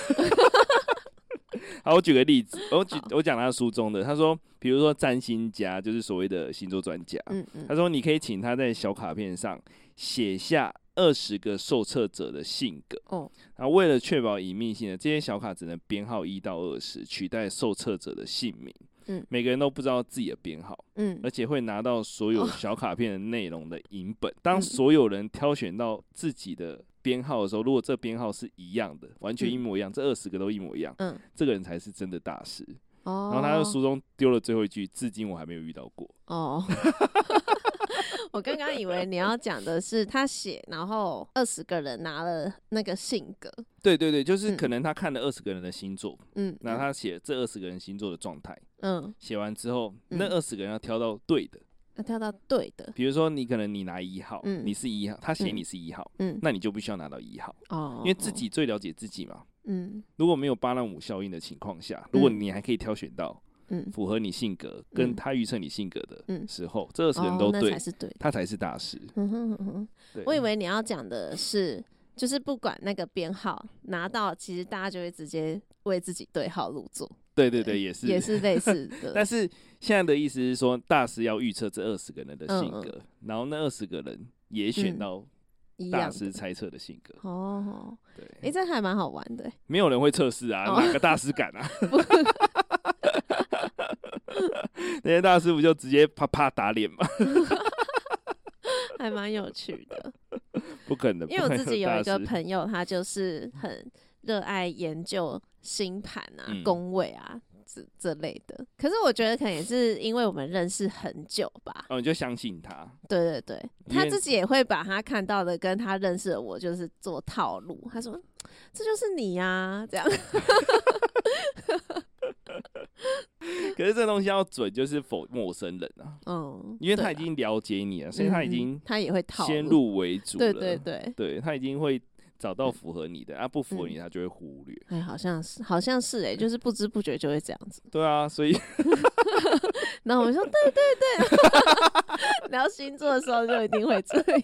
Speaker 3: 好，我举个例子，我举
Speaker 2: 好
Speaker 3: 我讲他书中的，他说，比如说占星家就是所谓的星座专家，
Speaker 2: 嗯嗯
Speaker 3: 他，说你可以请他在小卡片上写下二十个受测者的性格，
Speaker 2: 哦，
Speaker 3: 然后为了确保隐秘性呢，这些小卡只能编号一到二十，取代受测者的姓名。
Speaker 2: 嗯
Speaker 3: 每个人都不知道自己的编号，
Speaker 2: 嗯
Speaker 3: 而且会拿到所有
Speaker 2: 哦
Speaker 3: 小卡片的内容的影本。当
Speaker 2: 嗯
Speaker 3: 所有人挑选到自己的编号的时候，如果这编号是一样的，完全一
Speaker 2: 嗯
Speaker 3: 模一样，这二十个都一模一样，
Speaker 2: 嗯，
Speaker 3: 这个人才是真的大师。
Speaker 2: 哦，
Speaker 3: 然后他在书中丢了最后一句，至今我还没有遇到过。
Speaker 2: 哦。 我刚刚以为你要讲的是他写，然后二十个人拿了那个性格，
Speaker 3: 对对对，就是
Speaker 2: 嗯
Speaker 3: 可能他看了二十个人的星座，
Speaker 2: 嗯，
Speaker 3: 那他写这二十个人星座的状态，
Speaker 2: 嗯，
Speaker 3: 写完之后，那
Speaker 2: 嗯
Speaker 3: 二十个人要挑到对的。
Speaker 2: 那跳到对的，
Speaker 3: 比如说你可能你拿一号，
Speaker 2: 嗯
Speaker 3: 你是一号，他写
Speaker 2: 嗯
Speaker 3: 你是一号，
Speaker 2: 嗯，
Speaker 3: 那你就必须要拿到一号，
Speaker 2: 哦，
Speaker 3: 因为自己最了解自己嘛。
Speaker 2: 嗯
Speaker 3: 如果没有巴纳姆效应的情况下，如果
Speaker 2: 嗯
Speaker 3: 你还可以挑选到
Speaker 2: 嗯，
Speaker 3: 符合你性格跟
Speaker 2: 嗯
Speaker 3: 他预测你性格的
Speaker 2: 嗯
Speaker 3: 时候，这二十个人
Speaker 2: 哦
Speaker 3: 都
Speaker 2: 那
Speaker 3: 对
Speaker 2: 才，是对的。
Speaker 3: 他才是大师。
Speaker 2: 嗯哼嗯哼，
Speaker 3: 对
Speaker 2: 我以为你要讲的是，就是不管那个编号拿到，其实大家就会直接为自己对号入座，
Speaker 3: 对对对，也是
Speaker 2: 嗯也是类似
Speaker 3: 但
Speaker 2: 的。
Speaker 3: 是现在的意思是说，大师要预测这二十个人的性
Speaker 2: 嗯嗯
Speaker 3: 格，然后那二十个人也选
Speaker 2: 嗯
Speaker 3: 到
Speaker 2: 一
Speaker 3: 大
Speaker 2: 样的
Speaker 3: 师猜测的性格。
Speaker 2: 哦，
Speaker 3: 对，
Speaker 2: 诶，这还蛮好玩的。
Speaker 3: 没有人会测试啊，
Speaker 2: 哦
Speaker 3: 哪个大师敢 啊？ 那些大师不就直接啪啪打脸吗？
Speaker 2: 还蛮有趣 的。
Speaker 3: 不可能，
Speaker 2: 因为我
Speaker 3: 不可
Speaker 2: 自
Speaker 3: 能
Speaker 2: 己有一
Speaker 3: 大
Speaker 2: 个
Speaker 3: 师
Speaker 2: 朋友，他就是很热爱研究星盘啊、
Speaker 3: 嗯
Speaker 2: 宫位啊这这类的。可是我觉得可能也是因为我们认识很久吧，
Speaker 3: 哦，你就相信他，
Speaker 2: 对对对，
Speaker 3: 因
Speaker 2: 他
Speaker 3: 为
Speaker 2: 自己也会把他看到的跟他认识的我就是做套路。他说：“这就是你呀、啊，这样。
Speaker 3: 可是这东西要准，就是否陌生人啊，”
Speaker 2: 嗯，
Speaker 3: 因为
Speaker 2: 对
Speaker 3: 他已
Speaker 2: 啊
Speaker 3: 经了解你了，所以他已
Speaker 2: 嗯嗯
Speaker 3: 经
Speaker 2: 他也会套
Speaker 3: 先
Speaker 2: 路，
Speaker 3: 入为主了，
Speaker 2: 对对对，
Speaker 3: 对他已经会找到符合你的，啊，不符合
Speaker 2: 嗯
Speaker 3: 你他就会忽略，
Speaker 2: 哎，好像是，好像是哎、就是不知不觉就会这样子。
Speaker 3: 对啊， 所以
Speaker 2: 然后 我说：“对对对。” 聊星座的时候就一定会这样。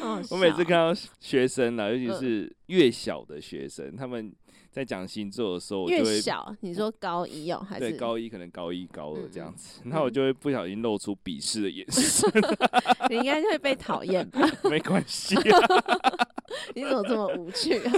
Speaker 2: 好好
Speaker 3: 我每次
Speaker 2: 笑
Speaker 3: 看到学生啊，尤其
Speaker 2: 嗯
Speaker 3: 是越小的学生，他们在讲星座的时候，我就
Speaker 2: 越
Speaker 3: 会
Speaker 2: 小，你说高一哦、还
Speaker 3: 对
Speaker 2: 是
Speaker 3: 高一可能高一高二这样
Speaker 2: 嗯
Speaker 3: 子，那我
Speaker 2: 嗯
Speaker 3: 就会不小心露出鄙视的眼 神，
Speaker 2: 你应该会被讨厌吧？
Speaker 3: 没关系啊，
Speaker 2: 你怎么这么无趣啊？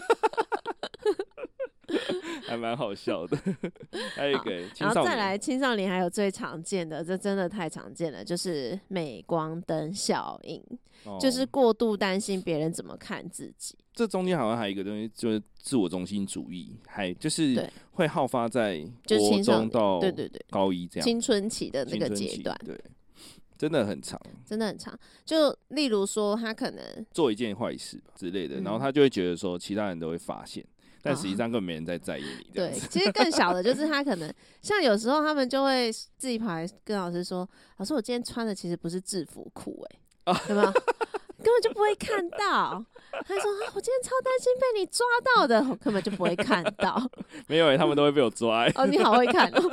Speaker 3: 还蛮好笑的。 还有一
Speaker 2: 好
Speaker 3: 个青
Speaker 2: 然
Speaker 3: 少
Speaker 2: 后再
Speaker 3: 年，
Speaker 2: 来青少年，还有最常见的，这真的太常见了，就是镁光灯效应，
Speaker 3: 哦
Speaker 2: 就是过度担心别人怎么看自己。
Speaker 3: 这中间好像还有一个东西，就是自我中心主义，还就是
Speaker 2: 对
Speaker 3: 会好发在
Speaker 2: 就是
Speaker 3: 国
Speaker 2: 青少
Speaker 3: 中
Speaker 2: 年
Speaker 3: 到
Speaker 2: 对对对，
Speaker 3: 高哦一这样
Speaker 2: 青春期的那
Speaker 3: 青
Speaker 2: 个
Speaker 3: 春
Speaker 2: 阶
Speaker 3: 期
Speaker 2: 段
Speaker 3: 对，真的很长。
Speaker 2: 真的很长。就例如说，他可能
Speaker 3: 做一件坏事吧之类的，
Speaker 2: 嗯
Speaker 3: 然后他就会觉得说其他人都会发现，但
Speaker 2: 啊
Speaker 3: 实际上根本没人在在意你这
Speaker 2: 对，
Speaker 3: 样子。
Speaker 2: 其实更小的就是他可能像有时候他们就会自己跑来跟老师说：“老师，我今天穿的其实不是制服裤、 欸，哎、有没有？根本就不会看到。”他说、啊：“我今天超担心被你抓到的，我根本就不会看到。
Speaker 3: 没有、欸，他们都会被我抓、欸，”
Speaker 2: 哦，你好会看哦。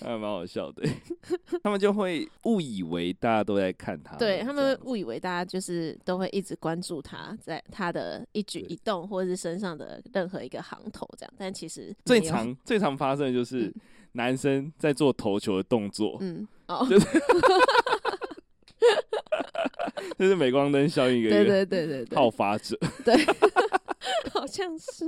Speaker 3: 还蛮好笑的、 他们就会误以为大家都在看他们这样
Speaker 2: 对
Speaker 3: 子，
Speaker 2: 他们会误以为大家就是都会一直关注他在他的一举
Speaker 3: 对
Speaker 2: 一动或者是身上的任何一个行头这样，但其实没
Speaker 3: 最
Speaker 2: 有
Speaker 3: 常最常发生的就是
Speaker 2: 嗯
Speaker 3: 男生在做投球的动作，
Speaker 2: 嗯哦
Speaker 3: 就就是镁光灯效应一个
Speaker 2: 对对对对对，
Speaker 3: 好发者。
Speaker 2: 好像是，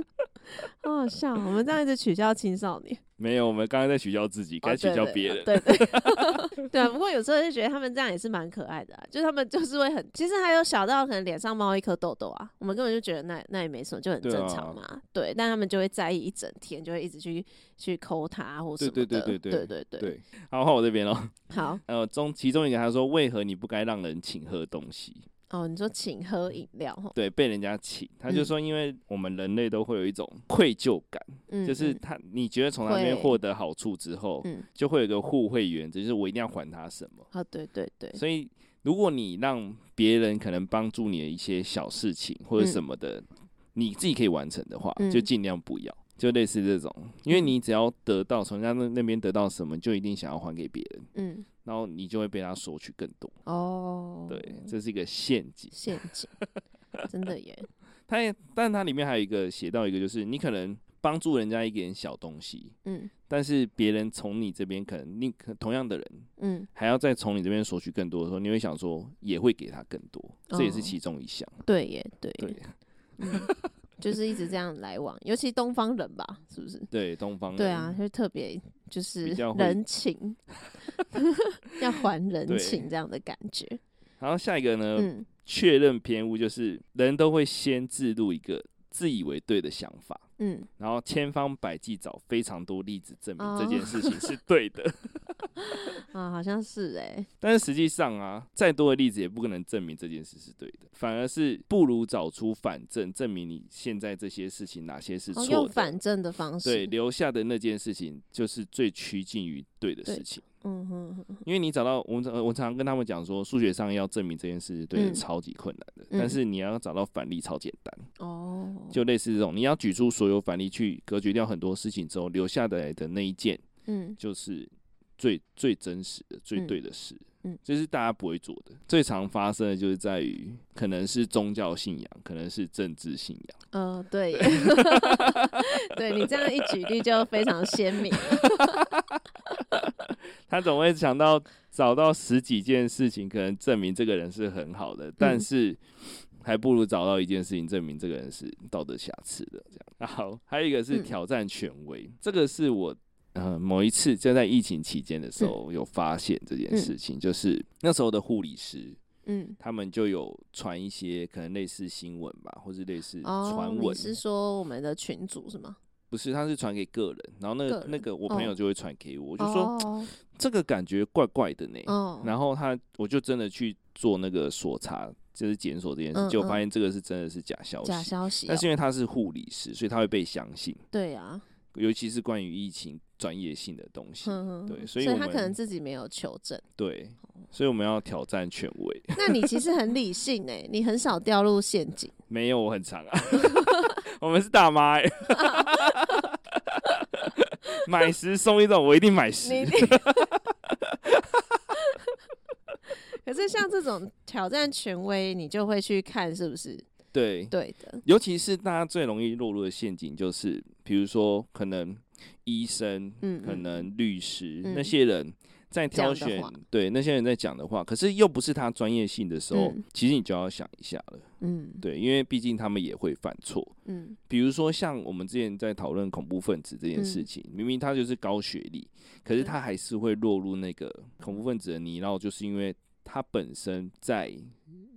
Speaker 2: 好好笑。我们这样一直取消青少年，
Speaker 3: 没有，我们刚刚在取笑自己，该
Speaker 2: 哦
Speaker 3: 取笑别人。
Speaker 2: 对对对 对啊。不过有时候就觉得他们这样也是蛮可爱的、啊，就是他们就是会很，其实还有小到可能脸上冒一颗痘痘啊，我们根本就觉得那那也没什么，就很
Speaker 3: 对啊
Speaker 2: 正常嘛。对，但他们就会在意一整天，就会一直去去抠它或什么
Speaker 3: 对
Speaker 2: 的。
Speaker 3: 对对对对
Speaker 2: 对对对
Speaker 3: 对，好，换我这边咯。
Speaker 2: 好
Speaker 3: 呃，中其中一个他说，为何你不该让人请喝东西？
Speaker 2: 哦，你说请喝饮料吼，
Speaker 3: 对，被人家请，他就
Speaker 2: 嗯
Speaker 3: 说，因为我们人类都会有一种愧疚感，
Speaker 2: 嗯，
Speaker 3: 就是
Speaker 2: 嗯
Speaker 3: 他你觉得从他那边
Speaker 2: 会
Speaker 3: 获得好处之后，
Speaker 2: 嗯，
Speaker 3: 就会有一个互惠原则，就是我一定要还他什么。
Speaker 2: 哦，对对对，
Speaker 3: 所以，如果你让别人可能帮助你的一些小事情或者
Speaker 2: 嗯
Speaker 3: 什么的，你自己可以完成的话，
Speaker 2: 嗯
Speaker 3: 就尽量不要。就类似这种，因为
Speaker 2: 嗯
Speaker 3: 你只要得到从人家那那边得到什么，就一定想要还给别人，
Speaker 2: 嗯，
Speaker 3: 然后你就会被他索取更多。
Speaker 2: 哦，
Speaker 3: 对，这是一个陷阱。
Speaker 2: 陷阱，真的耶，
Speaker 3: 它也，但它里面还有一个写到一个，就是你可能帮助人家一点小东西，
Speaker 2: 嗯
Speaker 3: 但是别人从你这边可能你可同样的人
Speaker 2: 嗯。
Speaker 3: 还要再从你这边索取更多的时候，你会想说也会给他更多，这也是
Speaker 2: 哦
Speaker 3: 其中一项。
Speaker 2: 对耶，对
Speaker 3: 对
Speaker 2: 耶，嗯就是一直这样来往，尤其东方人吧，是不是？
Speaker 3: 对，东方人
Speaker 2: 对啊，，就特别就是
Speaker 3: 嗯比较会
Speaker 2: 人 情，要还人
Speaker 3: 对呃
Speaker 2: 情这样的感觉。
Speaker 3: 然后下一个呢，
Speaker 2: 嗯，
Speaker 3: 确认偏误就是人都会先置入一个自以为对的想法，
Speaker 2: 嗯，
Speaker 3: 然后千方百计找非常多例子证明
Speaker 2: 哦
Speaker 3: 这件事情是对的，
Speaker 2: 啊，好像是哎、
Speaker 3: 但是实际上啊，再多的例子也不可能证明这件事是对的，反而是不如找出反证，证明你现在这些事情哪些是
Speaker 2: 哦，
Speaker 3: 错
Speaker 2: 用
Speaker 3: 的。
Speaker 2: 反证的方式，
Speaker 3: 对，留下的那件事情就是最趋近于对的
Speaker 2: 对
Speaker 3: 事情，
Speaker 2: 嗯哼哼，哼
Speaker 3: 因为你找到我们常，我常跟他们讲说，数学上要证明这件事是对的，
Speaker 2: 嗯
Speaker 3: 超级困难的。
Speaker 2: 嗯
Speaker 3: 但是你要找到反例，超简单。
Speaker 2: 哦，
Speaker 3: 就类似这种，你要举出所有反例去隔绝掉很多事情之后，留下来的那一件
Speaker 2: 嗯
Speaker 3: 就是最最真实的、最
Speaker 2: 嗯
Speaker 3: 对的事。
Speaker 2: 嗯
Speaker 3: 这是大家不会做的。最常发生的就是在于，可能是宗教信仰，可能是政治信仰。
Speaker 2: 呃，对耶， 对你这样一举例就非常鲜明，
Speaker 3: 他总会想到找到十几件事情，可能证明这个人是很好的，但
Speaker 2: 嗯
Speaker 3: 是还不如找到一件事情证明这个人是道德瑕疵的。这样，好，还有一个是
Speaker 2: 嗯
Speaker 3: 挑战权威，这个是我。呃，某一次就在疫情期间的时候，有发现这件事情，就是那时候的护理师，
Speaker 2: 嗯。
Speaker 3: 他们就有传一些可能类似新闻吧，或是类似
Speaker 2: 哦，
Speaker 3: 传
Speaker 2: 你
Speaker 3: 闻，
Speaker 2: 是说我们的群主是吗？
Speaker 3: 不是，他是传给个人，然后那
Speaker 2: 个
Speaker 3: 个
Speaker 2: 人
Speaker 3: 那个我朋友
Speaker 2: 哦
Speaker 3: 就会传给我，我
Speaker 2: 我
Speaker 3: 就说
Speaker 2: 哦，
Speaker 3: 这个感觉怪怪的呢，
Speaker 2: 哦
Speaker 3: 然后他我就真的去做那个所查，就是检索这件
Speaker 2: 嗯
Speaker 3: 事，结果
Speaker 2: 嗯
Speaker 3: 发现这个是真的是假消
Speaker 2: 假
Speaker 3: 息。
Speaker 2: 消息、哦
Speaker 3: 但是，因为他是护理师，所以他会被相信，
Speaker 2: 对啊，
Speaker 3: 尤其是关于疫情专业性的东西。
Speaker 2: 嗯，
Speaker 3: 对，所
Speaker 2: 所
Speaker 3: 以我
Speaker 2: 他可能
Speaker 3: 们
Speaker 2: 自己没有求证。
Speaker 3: 对，
Speaker 2: 哦
Speaker 3: 所以我们要挑战权威。
Speaker 2: 那你其实很理性哎、你很少掉入陷阱。
Speaker 3: 没有，我很长啊， 我们是大妈、 欸。买十送一种，我一定买十。
Speaker 2: 你， 可是像这种挑战权威，你就会去看是不是
Speaker 3: 对，
Speaker 2: 对的。
Speaker 3: 尤其是大家最容易落入的陷阱，就是比如说可能医生，
Speaker 2: 嗯
Speaker 3: 可
Speaker 2: 嗯
Speaker 3: 能律师、
Speaker 2: 嗯
Speaker 3: 那些人在挑
Speaker 2: 讲的
Speaker 3: 选
Speaker 2: 话，
Speaker 3: 对那些人在讲的话，可是又不是他专业性的时候，
Speaker 2: 嗯
Speaker 3: 其实你就要想一下了，
Speaker 2: 嗯
Speaker 3: 对，因为毕竟他们也会犯错。
Speaker 2: 嗯
Speaker 3: 比如说，像我们之前在讨论恐怖分子这件事
Speaker 2: 嗯
Speaker 3: 情，明明他就是高学历，可是
Speaker 2: 对
Speaker 3: 他还是会落入那个恐怖分子的泥淖，就是因为他本身在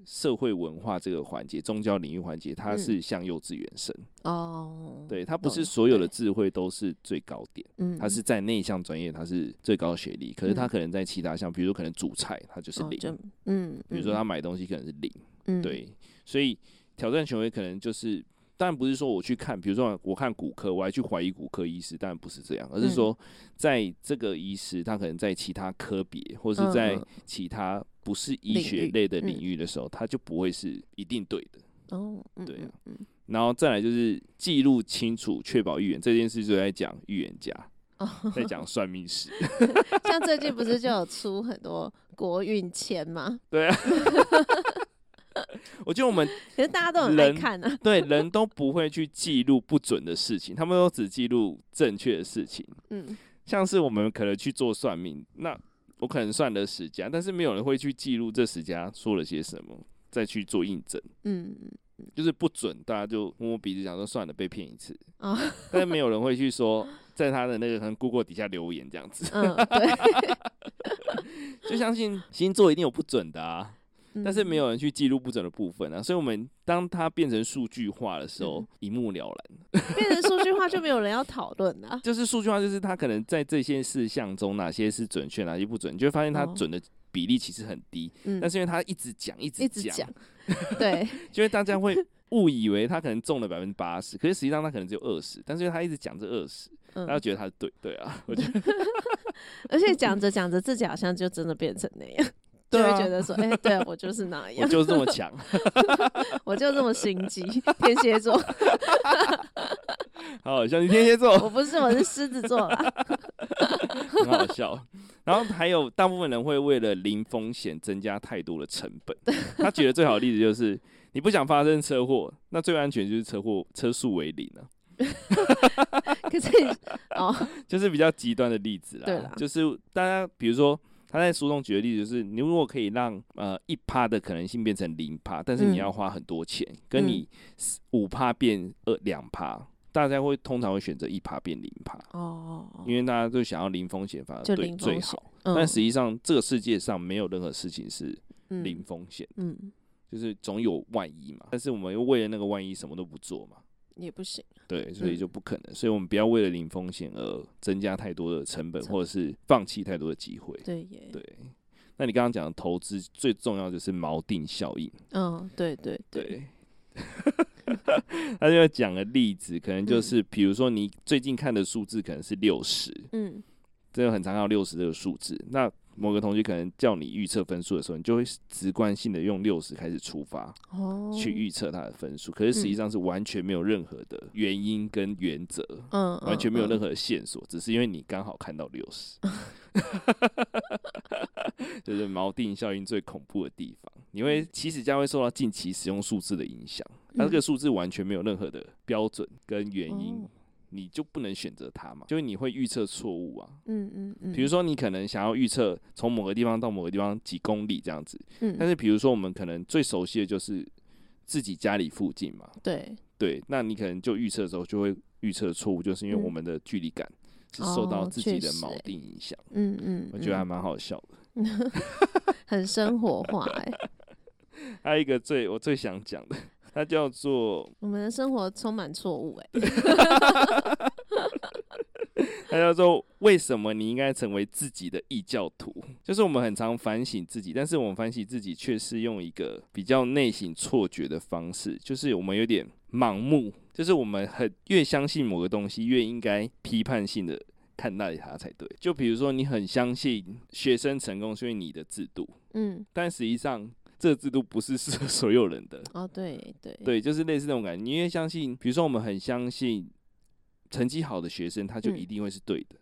Speaker 3: 社会文化这个环节、宗教领域环节，他
Speaker 2: 嗯
Speaker 3: 是向幼稚园生，
Speaker 2: 哦，
Speaker 3: 对他不
Speaker 2: 懂
Speaker 3: 是所有的
Speaker 2: 对
Speaker 3: 智慧都是最高点，
Speaker 2: 嗯，
Speaker 3: 他是在那一项专业他是最高学历，可是他
Speaker 2: 嗯
Speaker 3: 可能在其他项，比如说可能煮菜，他就是
Speaker 2: 哦
Speaker 3: 零，
Speaker 2: 就嗯，
Speaker 3: 比如说他买东西可能是零。
Speaker 2: 嗯，
Speaker 3: 对，所以挑战权威可能就是，当然不是说我去看，比如说我看骨科，我还去怀疑骨科医师，当然不是这样，而是
Speaker 2: 嗯
Speaker 3: 说在这个医师他可能在其他科别或是
Speaker 2: 嗯
Speaker 3: 在
Speaker 2: 嗯
Speaker 3: 其他不是医
Speaker 2: 领
Speaker 3: 学
Speaker 2: 域
Speaker 3: 类的
Speaker 2: 嗯
Speaker 3: 领域的时候，他就不会是一定对的。
Speaker 2: 嗯哦，嗯
Speaker 3: 对啊
Speaker 2: 嗯嗯
Speaker 3: 然后再来就是记录清楚，确保预言这件事，就在讲预言家，
Speaker 2: 哦，
Speaker 3: 在讲算命师。
Speaker 2: 像最近不是就有出很多国运签吗？
Speaker 3: 对啊，我觉得我们
Speaker 2: 可是大家都很爱
Speaker 3: 人
Speaker 2: 看啊，
Speaker 3: 对人都不会去记录不准的事情，他们都只记录正确的事情。
Speaker 2: 嗯，
Speaker 3: 像是我们可能去做算命，那我可能算了十家，但是没有人会去记录这十家说了些什么，再去做印证，
Speaker 2: 嗯，
Speaker 3: 就是不准，大家就摸摸鼻子想说算了，被骗一次，
Speaker 2: 哦，
Speaker 3: 但是没有人会去说在他的那个可能 Google 底下留言这样 子，
Speaker 2: 嗯，对，
Speaker 3: 就相信星座一定有不准的啊，但是没
Speaker 2: 嗯
Speaker 3: 有人去记录不准的部分啊，所以我们当它变成数据化的时候
Speaker 2: 嗯，
Speaker 3: 一目了然，
Speaker 2: 变成数据化就没有人要讨论了。啊
Speaker 3: 就是数据化，就是它可能在这些事项中哪些是准确，哪些不准，你就会发现它
Speaker 2: 哦
Speaker 3: 准的比例其实很低。
Speaker 2: 嗯
Speaker 3: 但是因为他一直讲，一直
Speaker 2: 一直
Speaker 3: 讲
Speaker 2: 讲，， 对，
Speaker 3: 就是大家会 误以为他可能中了百分之八十，可是实际上他可能只有二十，但是因为他一直讲这二十，
Speaker 2: 嗯
Speaker 3: 大，家觉得他是对，对啊，我觉得
Speaker 2: 而且讲着讲着自己好像就真的变成那样，就
Speaker 3: 对
Speaker 2: 会
Speaker 3: 啊
Speaker 2: 觉得说，哎，对我就是那
Speaker 3: 我
Speaker 2: 样，
Speaker 3: 就是这么 强，
Speaker 2: 我就这么心机，天蝎座，
Speaker 3: 好好笑，你天蝎 座
Speaker 2: 我不是，我是狮子座啦。
Speaker 3: 很好笑。然后还有大部分人会为了零风险增加太多的成 本。他举的最好的例子就是，你不想发生车祸，那最安全就是车祸车速为零啊，
Speaker 2: 可是，哦，哦
Speaker 3: 就是比较极端的例子啦。
Speaker 2: 对啦
Speaker 3: 就是大家比如说。他他在书中举的例子就是，你如果可以让呃一趴的可能性变成零趴，但是
Speaker 2: 嗯
Speaker 3: 你要花很多钱，跟你五趴变二两趴，大家会通常会选择一趴变零趴，
Speaker 2: 哦，哦
Speaker 3: 因为大家都想要零风险，反而
Speaker 2: 就
Speaker 3: 对
Speaker 2: 零
Speaker 3: 最
Speaker 2: 风
Speaker 3: 好。
Speaker 2: 嗯
Speaker 3: 但实际上，这个世界上没有任何事情是零，风险，
Speaker 2: 嗯嗯，
Speaker 3: 就是总有万一嘛。但是我们又为了那个万一什么都不做嘛，
Speaker 2: 也不行，
Speaker 3: 对，所以
Speaker 2: 嗯
Speaker 3: 就不可能。所以我们不要为了零风险而增加太多的成本，
Speaker 2: 成
Speaker 3: 或者是放弃太多的机会。
Speaker 2: 对耶，
Speaker 3: 对，那你刚刚讲的投资最重要就是锚定效应。
Speaker 2: 嗯，对对对，
Speaker 3: 对， 他就讲个例子，可能就是比如说你最近看的数字可能是六十，
Speaker 2: 嗯
Speaker 3: 真的很常看到六十这个数字。那某个同学可能叫你预测分数的时候，你就会直观性的用六十开始出发
Speaker 2: 哦，
Speaker 3: 去预测它的分数，可是实际上是完全没有任何的原因跟原则。
Speaker 2: 嗯，嗯
Speaker 3: 完全没有任
Speaker 2: 嗯
Speaker 3: 何的线索，只是因为你刚好看到六 十，就是锚定效应最恐怖的地方。
Speaker 2: 嗯
Speaker 3: 你会起始价会受到近期使用数字的影响，那这个数字完全没有任何的标准跟原因
Speaker 2: 嗯哦，
Speaker 3: 你就不能选择它嘛，就是你会预测错误啊。
Speaker 2: 嗯嗯嗯，
Speaker 3: 比如说，你可能想要预测从某个地方到某个地方几公里这样子，
Speaker 2: 嗯，
Speaker 3: 但是比如说我们可能最熟悉的就是自己家里附近嘛，
Speaker 2: 对，
Speaker 3: 对，那你可能就预测的时候就会预测错误，就是因为
Speaker 2: 嗯
Speaker 3: 我们的距离感是受到
Speaker 2: 哦
Speaker 3: 自
Speaker 2: 确
Speaker 3: 己的
Speaker 2: 实
Speaker 3: 锚
Speaker 2: 欸
Speaker 3: 定影响，
Speaker 2: 嗯嗯，
Speaker 3: 我觉得还
Speaker 2: 嗯
Speaker 3: 蛮好笑的。
Speaker 2: 很生活化哎，
Speaker 3: 还有一个最我最想讲的，它叫做
Speaker 2: 我们的生活充满错误哎，
Speaker 3: 它叫做为什么你应该成为自己的异教徒？就是我们很常反省自己，但是我们反省自己却是用一个比较内省错觉的方式，就是我们有点盲目，就是我们很越相信某个东西，越应该批判性的。看待它才对。就比如说，你很相信学生成功是因为你的制度，
Speaker 2: 嗯，
Speaker 3: 但实际上这个制度不是适合所有人的。
Speaker 2: 哦对对，
Speaker 3: 对，就是类似那种感觉。你越相信，比如说我们很相信成绩好的学生，他就
Speaker 2: 嗯
Speaker 3: 一定会是对的，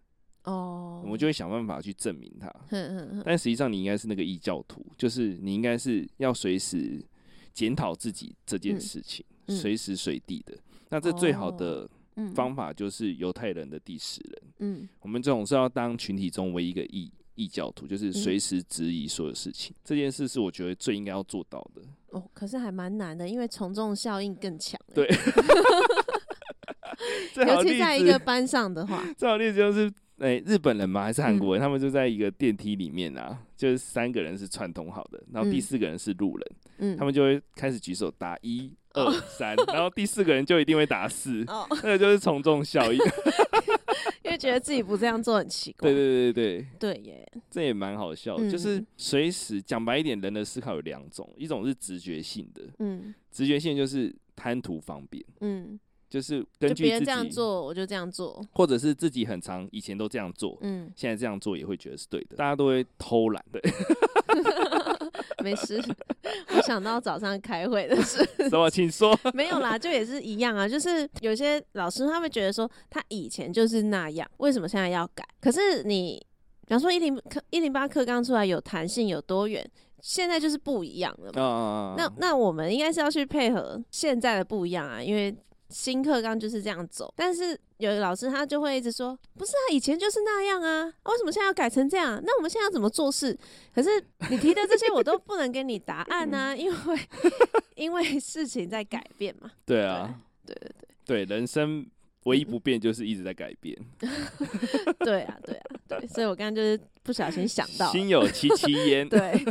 Speaker 2: 哦，
Speaker 3: 我们就会想办法去证明他。
Speaker 2: 哼哼哼，
Speaker 3: 但实际上，你应该是那个异教徒，就是你应该是要随时检讨自己这件
Speaker 2: 嗯
Speaker 3: 事情，
Speaker 2: 嗯
Speaker 3: 随、时随地的。那这最好
Speaker 2: 哦
Speaker 3: 的
Speaker 2: 嗯
Speaker 3: 方法就是犹太人的第十人。
Speaker 2: 嗯
Speaker 3: 我们总是要当群体中唯一一个异异教徒，就是随
Speaker 2: 嗯
Speaker 3: 时质疑所有事情。这件事是我觉得最应该要做到的。
Speaker 2: 哦，可是还蛮难的，因为从众效应更强欸，
Speaker 3: 对最好
Speaker 2: 尤
Speaker 3: 的例
Speaker 2: 其
Speaker 3: 子
Speaker 2: 在一个班上 的话，
Speaker 3: 最好的例子就是，哎、日本人嘛还是韩
Speaker 2: 嗯
Speaker 3: 国人，他们就在一个电梯里面啊，就是三个人是串通好的，然后第
Speaker 2: 嗯
Speaker 3: 四个人是路人，
Speaker 2: 嗯，，
Speaker 3: 他们就会开始举手打一。二 三，然后第四个人就一定会打四
Speaker 2: 哦，
Speaker 3: 那个就是从众效 应。
Speaker 2: 因为觉得自己不这样做很奇怪，
Speaker 3: 对对对对，
Speaker 2: 对耶，
Speaker 3: 这也蛮好笑的。就是
Speaker 2: 嗯
Speaker 3: 随时讲白一点，人的思考有两种，一种是直觉性的，
Speaker 2: 嗯
Speaker 3: 直觉性就是贪图方便，
Speaker 2: 嗯，
Speaker 3: 就是根
Speaker 2: 就
Speaker 3: 据
Speaker 2: 别
Speaker 3: 自
Speaker 2: 人这样
Speaker 3: 己，
Speaker 2: 做，我就这样做，
Speaker 3: 或者是自己很长以前都这样做，
Speaker 2: 嗯，
Speaker 3: 现在这样做也会觉得是对的，大家都会偷懒。对，
Speaker 2: 没事。 我想到早上开会的事，
Speaker 3: 什么？请 说。
Speaker 2: 没有啦，就也是一样啊，就是有些老师他会觉得说他以前就是那样，为什么现在要改？可是你，比方说一零课一零八课刚出来有弹性有多元，现在就是不一样了嘛。
Speaker 3: 啊
Speaker 2: 那那我们应该是要去配合现在的不一样啊，因为新课纲就是这样走。但是有的老师他就会一直说，不是啊，以前就是那样啊，啊为什么现在要改成这样？啊那我们现在要怎么做事？可是你提的这些我都不能给你答案啊，因为因为事情在改变嘛。
Speaker 3: 对啊，
Speaker 2: 对对对
Speaker 3: 对人生唯一不变就是一直在改变。
Speaker 2: 对啊对啊对，所以我刚刚就是不小心想到了，，
Speaker 3: 心有戚戚焉
Speaker 2: 对，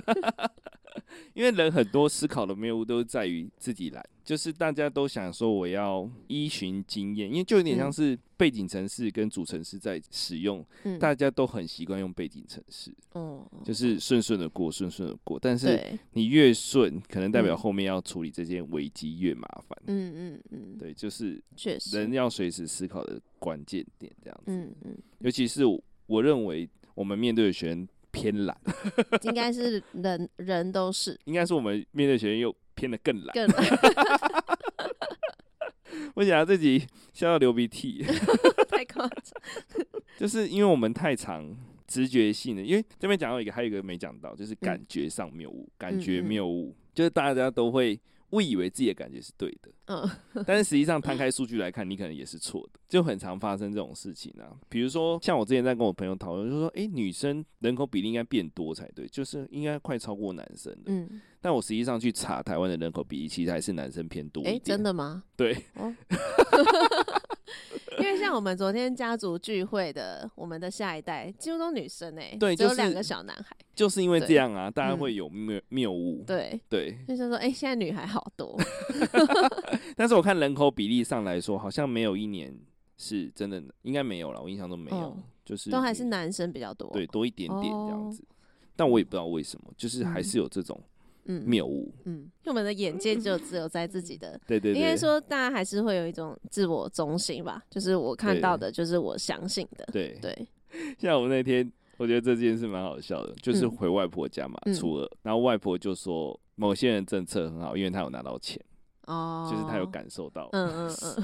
Speaker 3: 因为人很多思考的谬误都是在于自己懒，就是大家都想说我要依循经验，因为就有点像
Speaker 2: 嗯
Speaker 3: 是背景城市跟主城市在使用，
Speaker 2: 嗯，
Speaker 3: 大家都很习惯用背景城市，
Speaker 2: 哦，
Speaker 3: 就是顺顺的过，顺顺的过，但是
Speaker 2: 对，
Speaker 3: 你越顺，可能代表
Speaker 2: 嗯
Speaker 3: 后面要处理这件危机越麻烦。
Speaker 2: 嗯嗯嗯，
Speaker 3: 对，就是
Speaker 2: 确实，
Speaker 3: 人要随时思考的关键点，这样子。
Speaker 2: 嗯嗯，
Speaker 3: 尤其是我我认为我们面对的学员偏懒，
Speaker 2: 应该是人人都是
Speaker 3: 应该是我们面对的学员又偏的更懒。
Speaker 2: 更
Speaker 3: 我想自己笑到流鼻涕，
Speaker 2: 太夸张。
Speaker 3: 就是因为我们太常直觉性的，因为这边讲到一个，还有一个没讲到，就是感觉上谬误，感觉
Speaker 2: 嗯嗯
Speaker 3: 谬误，就是大家都会误以为自己的感觉是对 的，
Speaker 2: 嗯，
Speaker 3: 但是实际上摊开数据来看，你可能也是错的，就很常发生这种事情啊。比如说，像我之前在跟我朋友讨论，就说，诶，女生人口比例应该变多才对，就是应该快超过男生的。
Speaker 2: 嗯，
Speaker 3: 但我实际上去查台湾的人口比例，其实还是男生偏多一
Speaker 2: 哎、
Speaker 3: 点。
Speaker 2: 真的吗？
Speaker 3: 对，
Speaker 2: 哦，因为像我们昨天家族聚会的，我们的下一代几乎都女生哎、
Speaker 3: 对
Speaker 2: 只有
Speaker 3: 就是
Speaker 2: 两个小男孩，
Speaker 3: 就是因为
Speaker 2: 对
Speaker 3: 这样啊，大家
Speaker 2: 嗯
Speaker 3: 会有谬谬误。
Speaker 2: 对，
Speaker 3: 对，
Speaker 2: 就是说哎、现在女孩好多，
Speaker 3: 但是我看人口比例上来说，好像没有一年是真的，应该没有了。我印象中没有，
Speaker 2: 哦
Speaker 3: 就是
Speaker 2: 都还是
Speaker 3: 女
Speaker 2: 男生比较多，
Speaker 3: 对，多一点点这
Speaker 2: 哦
Speaker 3: 样子。但我也不知道为什么，就是还是有这种
Speaker 2: 嗯，
Speaker 3: 谬误。
Speaker 2: 嗯，因为我们的眼界就只有在自己的
Speaker 3: 对对对，
Speaker 2: 应该说，大家还是会有一种自我中心吧，就是我看到的，就是我相信的，
Speaker 3: 对。
Speaker 2: 对，
Speaker 3: 像我那天，我觉得这件事蛮好笑的，就是
Speaker 2: 嗯
Speaker 3: 回外婆家嘛，
Speaker 2: 嗯
Speaker 3: 初二，然后外婆就说某些人政策很好，因为他有拿到钱，
Speaker 2: 哦，
Speaker 3: 就是他有，感受到。
Speaker 2: 嗯 嗯嗯，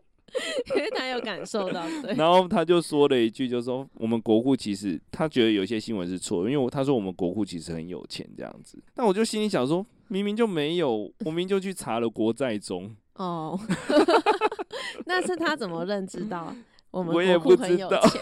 Speaker 2: 因为他有感受到，对，
Speaker 3: 然后他就说了一句，就说我们国库其实他觉得有些新闻是错的，因为我他说我们国库其实很有钱这样子。但我就心里想说，明明就没 有，我明明就去查了国债中，
Speaker 2: 哦， 那是他怎么认知到啊我们
Speaker 3: 我也
Speaker 2: 国库
Speaker 3: 不
Speaker 2: 很
Speaker 3: 知
Speaker 2: 有
Speaker 3: 道
Speaker 2: 钱？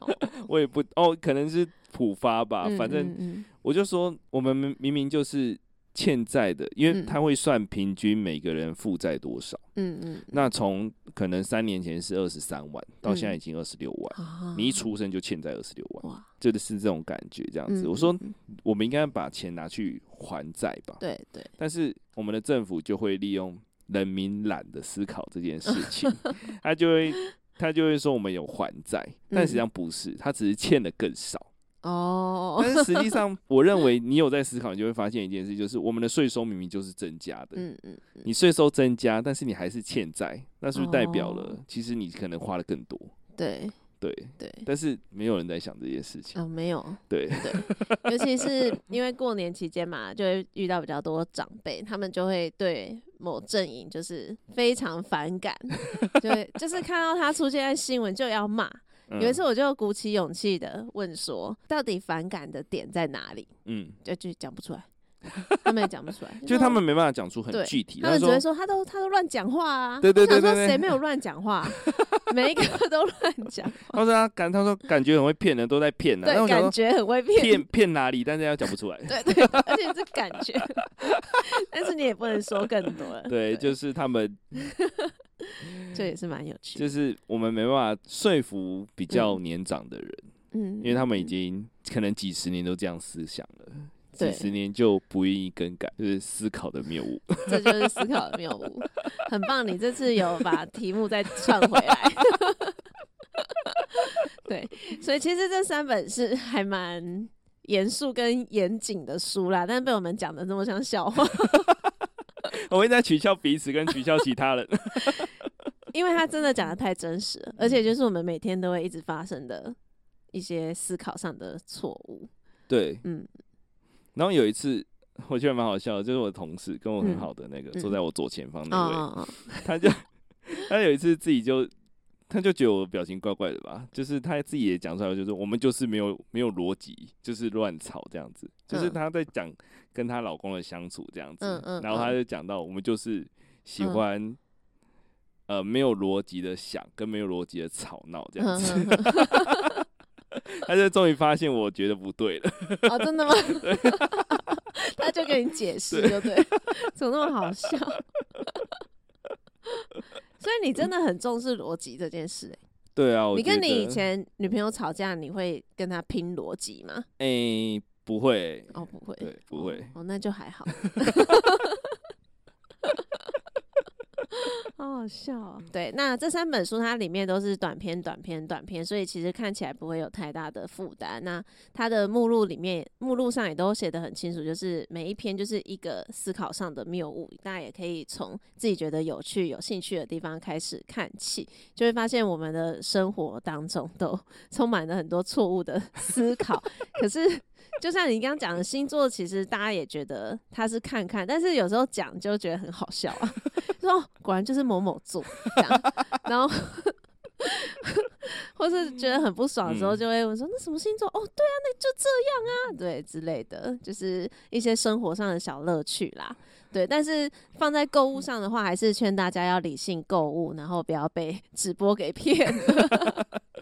Speaker 2: 哦
Speaker 3: 我也不哦，可能是浦发吧，
Speaker 2: 嗯
Speaker 3: 反正
Speaker 2: 嗯嗯
Speaker 3: 我就说我们明明明就是欠债的，因为
Speaker 2: 嗯
Speaker 3: 他会算平均每个人负债多少。
Speaker 2: 嗯嗯
Speaker 3: 那从可能三年前是二十三万，到现在
Speaker 2: 嗯
Speaker 3: 已经二十六万，
Speaker 2: 啊
Speaker 3: 你一出生就欠债二十六万，
Speaker 2: 哇，
Speaker 3: 这就是这种感觉这样子。
Speaker 2: 嗯
Speaker 3: 我说
Speaker 2: 嗯嗯
Speaker 3: 我们应该把钱拿去还债吧，
Speaker 2: 对对，
Speaker 3: 但是我们的政府就会利用人民懒得思考这件事 情，他就会他就会说我们有还债，
Speaker 2: 嗯
Speaker 3: 但实际上不是，他只是欠的更少。
Speaker 2: 哦，
Speaker 3: 但是实际上，我认为你有在思考，你就会发现一件事，就是我们的税收明明就是增加的，
Speaker 2: 嗯嗯嗯，
Speaker 3: 你税收增加，但是你还是欠债，那是不是代表了
Speaker 2: 哦
Speaker 3: 其实你可能花的更多？
Speaker 2: 对
Speaker 3: 对，
Speaker 2: 对。
Speaker 3: 但是没有人在想这件事情。
Speaker 2: 啊、没有，
Speaker 3: 对
Speaker 2: 对，尤其是因为过年期间嘛，就会遇到比较多长辈，他们就会对某阵营就是非常反感，就会就是看到他出现在新闻就要骂。
Speaker 3: 嗯
Speaker 2: 有一次我就鼓起勇气的问说，到底反感的点在哪里？
Speaker 3: 嗯，嗯，
Speaker 2: 就就讲 不出来，他们也讲不出来，
Speaker 3: 就是他们没办法讲出
Speaker 2: 对
Speaker 3: 很具体，
Speaker 2: 他
Speaker 3: 他
Speaker 2: 们只
Speaker 3: 说
Speaker 2: 会说他都他都乱讲话啊，
Speaker 3: 对对
Speaker 2: 我
Speaker 3: 对
Speaker 2: 想
Speaker 3: 对
Speaker 2: 说
Speaker 3: 对
Speaker 2: 谁没有乱讲 话啊，每一个都乱讲话，
Speaker 3: 他说他感，他说感觉很会骗人，都在骗人。那
Speaker 2: 对，
Speaker 3: 我想
Speaker 2: 感
Speaker 3: 说
Speaker 2: 觉很会骗
Speaker 3: 骗骗哪里，但是他又讲不 出来。
Speaker 2: 对对，而且是感觉， 但是你也不能说更多了。
Speaker 3: 对，就是他们，
Speaker 2: 这也是蛮有趣的，
Speaker 3: 就是我们没办法说服比较年长的人，
Speaker 2: 嗯，
Speaker 3: 因为他们已经可能几十年都这样思想了，
Speaker 2: 对
Speaker 3: 几十年就不愿意更改，就是思考的谬误。
Speaker 2: 这就是思考的谬误， 很棒，你这次有把题目再串回来。 对，所以其实这三本是还蛮严肃跟严谨的书啦，但是被我们讲的这么像笑话，
Speaker 3: 我们一直在取笑彼此跟取笑其他 人。
Speaker 2: 因为它真的讲的太真实了，而且就是我们每天都会一直发生的一些思考上的错误。
Speaker 3: 对，
Speaker 2: 嗯
Speaker 3: 然后有一次。我觉得蛮好笑的，就是我同事跟我很
Speaker 2: 嗯
Speaker 3: 好的那个、
Speaker 2: 嗯
Speaker 3: 坐在我左前方
Speaker 2: 哦
Speaker 3: 那位，
Speaker 2: 哦哦，
Speaker 3: 他就 他有一次自己就他就觉得我表情怪怪的吧，就是他自己也讲出来，就是我们就是没有没有逻辑，就是乱吵这样子，就是
Speaker 2: 嗯
Speaker 3: 她在讲跟她老公的相处这样子，
Speaker 2: 嗯嗯
Speaker 3: 然后她
Speaker 2: 嗯
Speaker 3: 就讲到我们就是喜
Speaker 2: 嗯
Speaker 3: 欢、呃没有逻辑的想跟没有逻辑的吵闹这样子，
Speaker 2: 哼哼嗯
Speaker 3: 他就终于发现我觉得不对 了，
Speaker 2: 哼哦，真的吗？他就跟你解释，就对，怎么那么好笑？所以你真的很重视逻辑这件事欸、
Speaker 3: 对啊，我
Speaker 2: 你跟
Speaker 3: 觉
Speaker 2: 你以
Speaker 3: 得
Speaker 2: 前女朋友吵架，你会跟她拼逻辑吗？
Speaker 3: 哎、不会，
Speaker 2: 哦，不会，
Speaker 3: 对不会
Speaker 2: 哦，哦那就还 好。好好笑啊、对，那这三本书它里面都是短篇、短篇、短篇，所以其实看起来不会有太大的负担。那它的目录里面，目录上也都写得很清楚，就是每一篇就是一个思考上的谬误，大家也可以从自己觉得有趣、有兴趣的地方开始看起，就会发现我们的生活当中都充满了很多错误的思考。可是就像你刚刚讲的星座，其实大家也觉得他是看看，但是有时候讲就觉得很好笑啊， 就说哦果然就是某某座这样，然后或是觉得很不爽的时
Speaker 3: 嗯
Speaker 2: 候，就会问说、那什么星座？哦，对啊，那就这样啊，对之类的，就是一些生活上的小乐趣啦。对，但是放在购物上的话，还是劝大家要理性购物，然后不要被 直播给骗了。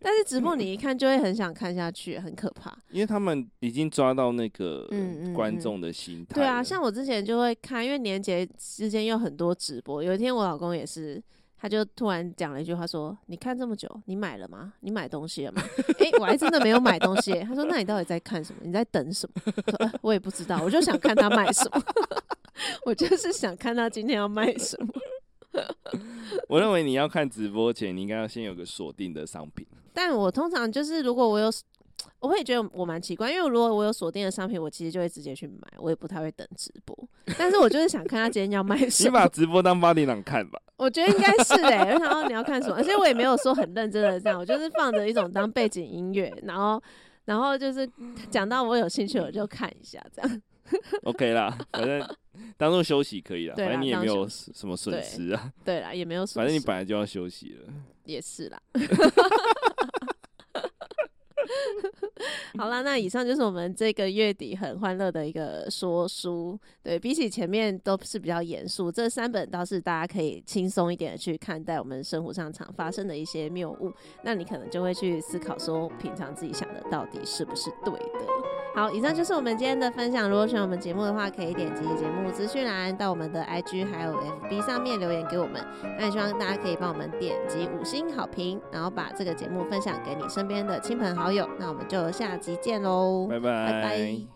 Speaker 2: 但是直播你一看就会很想看下去，很可怕。
Speaker 3: 因为他们已经抓到那个
Speaker 2: 嗯嗯
Speaker 3: 观
Speaker 2: 嗯
Speaker 3: 众的心态了。
Speaker 2: 对啊，像我之前就会看，因为年节之间有很多直播。有一天我老公也是，他就突然讲了一句话说：“你看这么久，你买了吗？你买东西了吗？”诶，我还真的没有买东西耶。他说：“那你到底在看什么？你在等什么？”我说、呃我也不知道，我就想看他卖什么。 我就是想看他今天要卖什么，
Speaker 3: 我认为你要看直播前，你应该要先有个锁定的商品。
Speaker 2: 但我通常就是如果我有，我会觉得我蛮奇怪，因为如果我有锁定的商品，我其实就会直接去买，我也不太会等直播。但是我就是想看他今天要卖什
Speaker 3: 你
Speaker 2: 么。
Speaker 3: 把直播当八点档看吧。
Speaker 2: 我觉得应该是哎、欸，我想到你要看什么，而且我也没有说很认真的这样，我就是放着一种当背景音乐，然后然后就是讲到我有兴趣我就看一下这样。
Speaker 3: OK 啦，反正当做休息可以啦，
Speaker 2: 对
Speaker 3: 反正
Speaker 2: 啦
Speaker 3: 你也
Speaker 2: 当
Speaker 3: 没有什什么损
Speaker 2: 对
Speaker 3: 失啊，
Speaker 2: 对啦，也没有什么，
Speaker 3: 反正你本来就要休息了。
Speaker 2: 也是啦。 好啦，那以上就是我们这个月底很欢乐的一个说书。对比起前面都是比较严肃，这三本倒是大家可以轻松一点的去看待我们生活上常发生的一些谬误。那你可能就会去思考说，平常自己想的到底是不是对的。好，以上就是我们今天的分享。如果喜欢我们节目的话，可以点击节目资讯栏到我们的 IG 还有 FB 上面留言给我们。那也希望大家可以帮我们点击五星好评，然后把这个节目分享给你身边的亲朋好友。那我们就下集见喽，
Speaker 3: 拜
Speaker 2: 哦拜拜